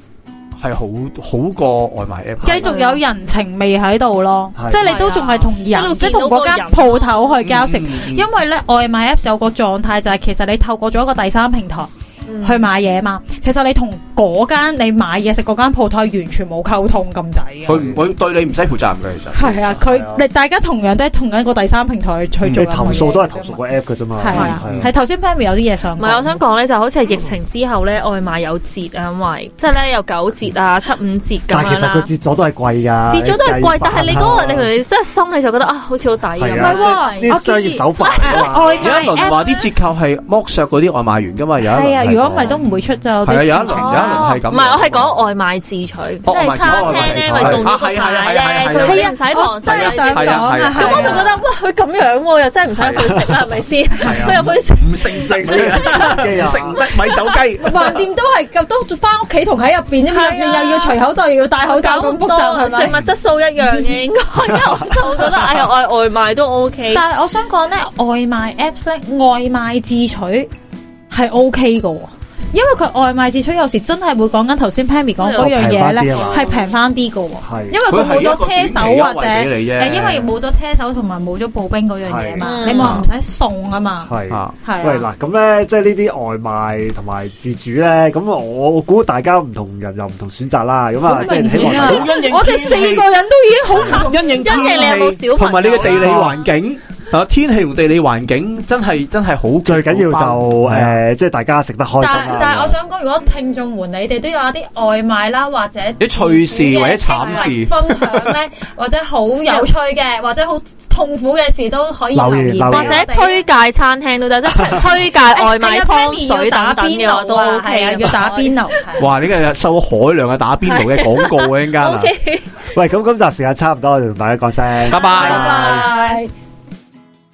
[SPEAKER 3] 係好好過外賣 app。
[SPEAKER 4] 繼續有人情味喺度咯，
[SPEAKER 1] 係
[SPEAKER 4] 即係你都仲係同
[SPEAKER 5] 係啊
[SPEAKER 4] 人，即係同嗰間鋪頭去交
[SPEAKER 3] 嗯
[SPEAKER 4] 涉。因為咧外
[SPEAKER 3] 嗯
[SPEAKER 5] 嗯
[SPEAKER 4] 賣 Apps 有個狀態就係其實你透過咗一個第三平台去買嘢嘛，其實你同嗰間你買嘢食嗰間鋪頭係完全冇溝通咁滯嘅。
[SPEAKER 3] 佢唔佢對你唔使負責任嘅，其實
[SPEAKER 4] 係啊，佢你大家同樣都係同緊個第三平台去做
[SPEAKER 1] 你
[SPEAKER 4] 任
[SPEAKER 1] 投
[SPEAKER 4] 何嘢
[SPEAKER 1] 訴都係
[SPEAKER 4] 嘅
[SPEAKER 1] 投
[SPEAKER 4] 啫
[SPEAKER 1] 訴
[SPEAKER 4] 嘛
[SPEAKER 1] 個 app 嘅啫嘛，
[SPEAKER 4] 係啊
[SPEAKER 1] 係，
[SPEAKER 4] 係頭先 Pammy 有啲嘢想
[SPEAKER 5] 唔
[SPEAKER 4] 講，
[SPEAKER 5] 係，我
[SPEAKER 3] 啊
[SPEAKER 5] 想講咧，就好似係疫情之後咧，外賣有折啊，因為即係咧有九折啊、七五折咁
[SPEAKER 1] 但係
[SPEAKER 5] 樣
[SPEAKER 1] 其實
[SPEAKER 5] 啦
[SPEAKER 1] 佢。折咗都係貴㗎，
[SPEAKER 5] 折咗都係貴，
[SPEAKER 1] 你計
[SPEAKER 5] 但係你嗰個
[SPEAKER 1] 翻
[SPEAKER 5] 你明唔明？即係心理就覺得啊，好似好抵咁
[SPEAKER 1] 係啊
[SPEAKER 5] 樣。
[SPEAKER 1] 呢啲商業
[SPEAKER 4] (laughs)
[SPEAKER 1] 手法嚟㗎嘛
[SPEAKER 4] 外
[SPEAKER 3] 有一
[SPEAKER 4] 賣
[SPEAKER 3] 輪
[SPEAKER 4] app
[SPEAKER 3] 話啲折扣係剝削嗰啲外賣員噶嘛，有一輪
[SPEAKER 4] 係啊，
[SPEAKER 3] 係
[SPEAKER 4] 如果唔係
[SPEAKER 3] 講
[SPEAKER 4] 都唔會出就
[SPEAKER 3] 係啊，有一輪
[SPEAKER 4] 哦
[SPEAKER 3] 有一輪係咁。
[SPEAKER 5] 哦唔係，我係講外賣自取，即
[SPEAKER 3] 哦
[SPEAKER 5] 係
[SPEAKER 3] 外賣自取
[SPEAKER 5] 餐廳咧咪動
[SPEAKER 3] 啊
[SPEAKER 5] 咗個
[SPEAKER 3] 係係
[SPEAKER 5] 牌
[SPEAKER 3] 係係
[SPEAKER 5] 咧，就
[SPEAKER 3] 係
[SPEAKER 5] 你唔使
[SPEAKER 4] 哦
[SPEAKER 5] 防
[SPEAKER 3] 係啊
[SPEAKER 5] 曬。
[SPEAKER 3] 係啊係啊，
[SPEAKER 5] 咁我就覺得哇，佢咁樣喎，又真係唔使入去食啦，係咪先？
[SPEAKER 1] 啊
[SPEAKER 5] 佢入去食。
[SPEAKER 3] 唔成食嘅，食唔得米酒雞。
[SPEAKER 4] 橫掂都係咁，都翻屋企同喺入邊啫嘛，入邊又要除口罩，又要戴口罩咁複雜係
[SPEAKER 5] 食
[SPEAKER 4] 咪？
[SPEAKER 5] 物質素一樣嘅，應該，因為我
[SPEAKER 4] (laughs)
[SPEAKER 5] 就覺得哎呀，外外賣都 OK。
[SPEAKER 4] 但係我想講咧，外賣 Apps 咧，外賣自取係 OK 嘅喎，因為佢外賣自取有時真係會講緊頭先 Pammy 講嗰樣嘢
[SPEAKER 1] 平返啲
[SPEAKER 4] 咧
[SPEAKER 1] 啊，嘛
[SPEAKER 4] 係平翻啲嘅喎。
[SPEAKER 1] 係
[SPEAKER 4] 因為佢冇咗車手或者
[SPEAKER 3] 佢係一個短期優惠俾你啫
[SPEAKER 4] 誒因為冇咗車手同埋冇咗步兵嗰樣嘢嘛，
[SPEAKER 5] 係
[SPEAKER 4] 你冇人唔使送啊嘛，
[SPEAKER 1] 係
[SPEAKER 3] 啊
[SPEAKER 4] 係
[SPEAKER 1] 喂
[SPEAKER 4] 啊，
[SPEAKER 1] 嗱，咁咧即係呢啲外賣同埋自主咧，咁我我估大家唔同人有唔同選擇啦。咁啊，即係希望大
[SPEAKER 3] 好
[SPEAKER 1] 家
[SPEAKER 3] 因應
[SPEAKER 4] 我哋四個人都已經好唔同
[SPEAKER 3] 因應
[SPEAKER 5] 因為你有冇小
[SPEAKER 3] 天氣同
[SPEAKER 5] 朋友啊
[SPEAKER 3] 埋你嘅地理環境啊，天氣同地理環境真係真係好
[SPEAKER 1] 最緊要就誒，即係大家食得
[SPEAKER 3] 啊
[SPEAKER 1] 開
[SPEAKER 4] 但
[SPEAKER 1] 心
[SPEAKER 4] 但係我
[SPEAKER 1] 啦。
[SPEAKER 4] 想講，如果聽眾們你哋都有一啲外賣啦，或者
[SPEAKER 3] 啲趣事或者慘事
[SPEAKER 4] 分享
[SPEAKER 3] (laughs)
[SPEAKER 4] 咧，或者好有趣嘅，或者好痛苦嘅事都可以
[SPEAKER 1] 留言
[SPEAKER 4] 言俾
[SPEAKER 1] 留
[SPEAKER 4] 我
[SPEAKER 1] 言
[SPEAKER 5] 或
[SPEAKER 4] 哋，
[SPEAKER 5] 者推介餐廳都得，即係推介外
[SPEAKER 4] 哎啊
[SPEAKER 5] 賣湯水等等嘅我都 OK 啊
[SPEAKER 4] 要打
[SPEAKER 5] (laughs)
[SPEAKER 4] 邊爐，啊
[SPEAKER 3] 哇！呢個收海量嘅打邊爐嘅廣告啊，一間啊，
[SPEAKER 1] 喂，咁今集時間差唔多，我哋同大家講聲，
[SPEAKER 3] 拜拜。
[SPEAKER 4] 拜。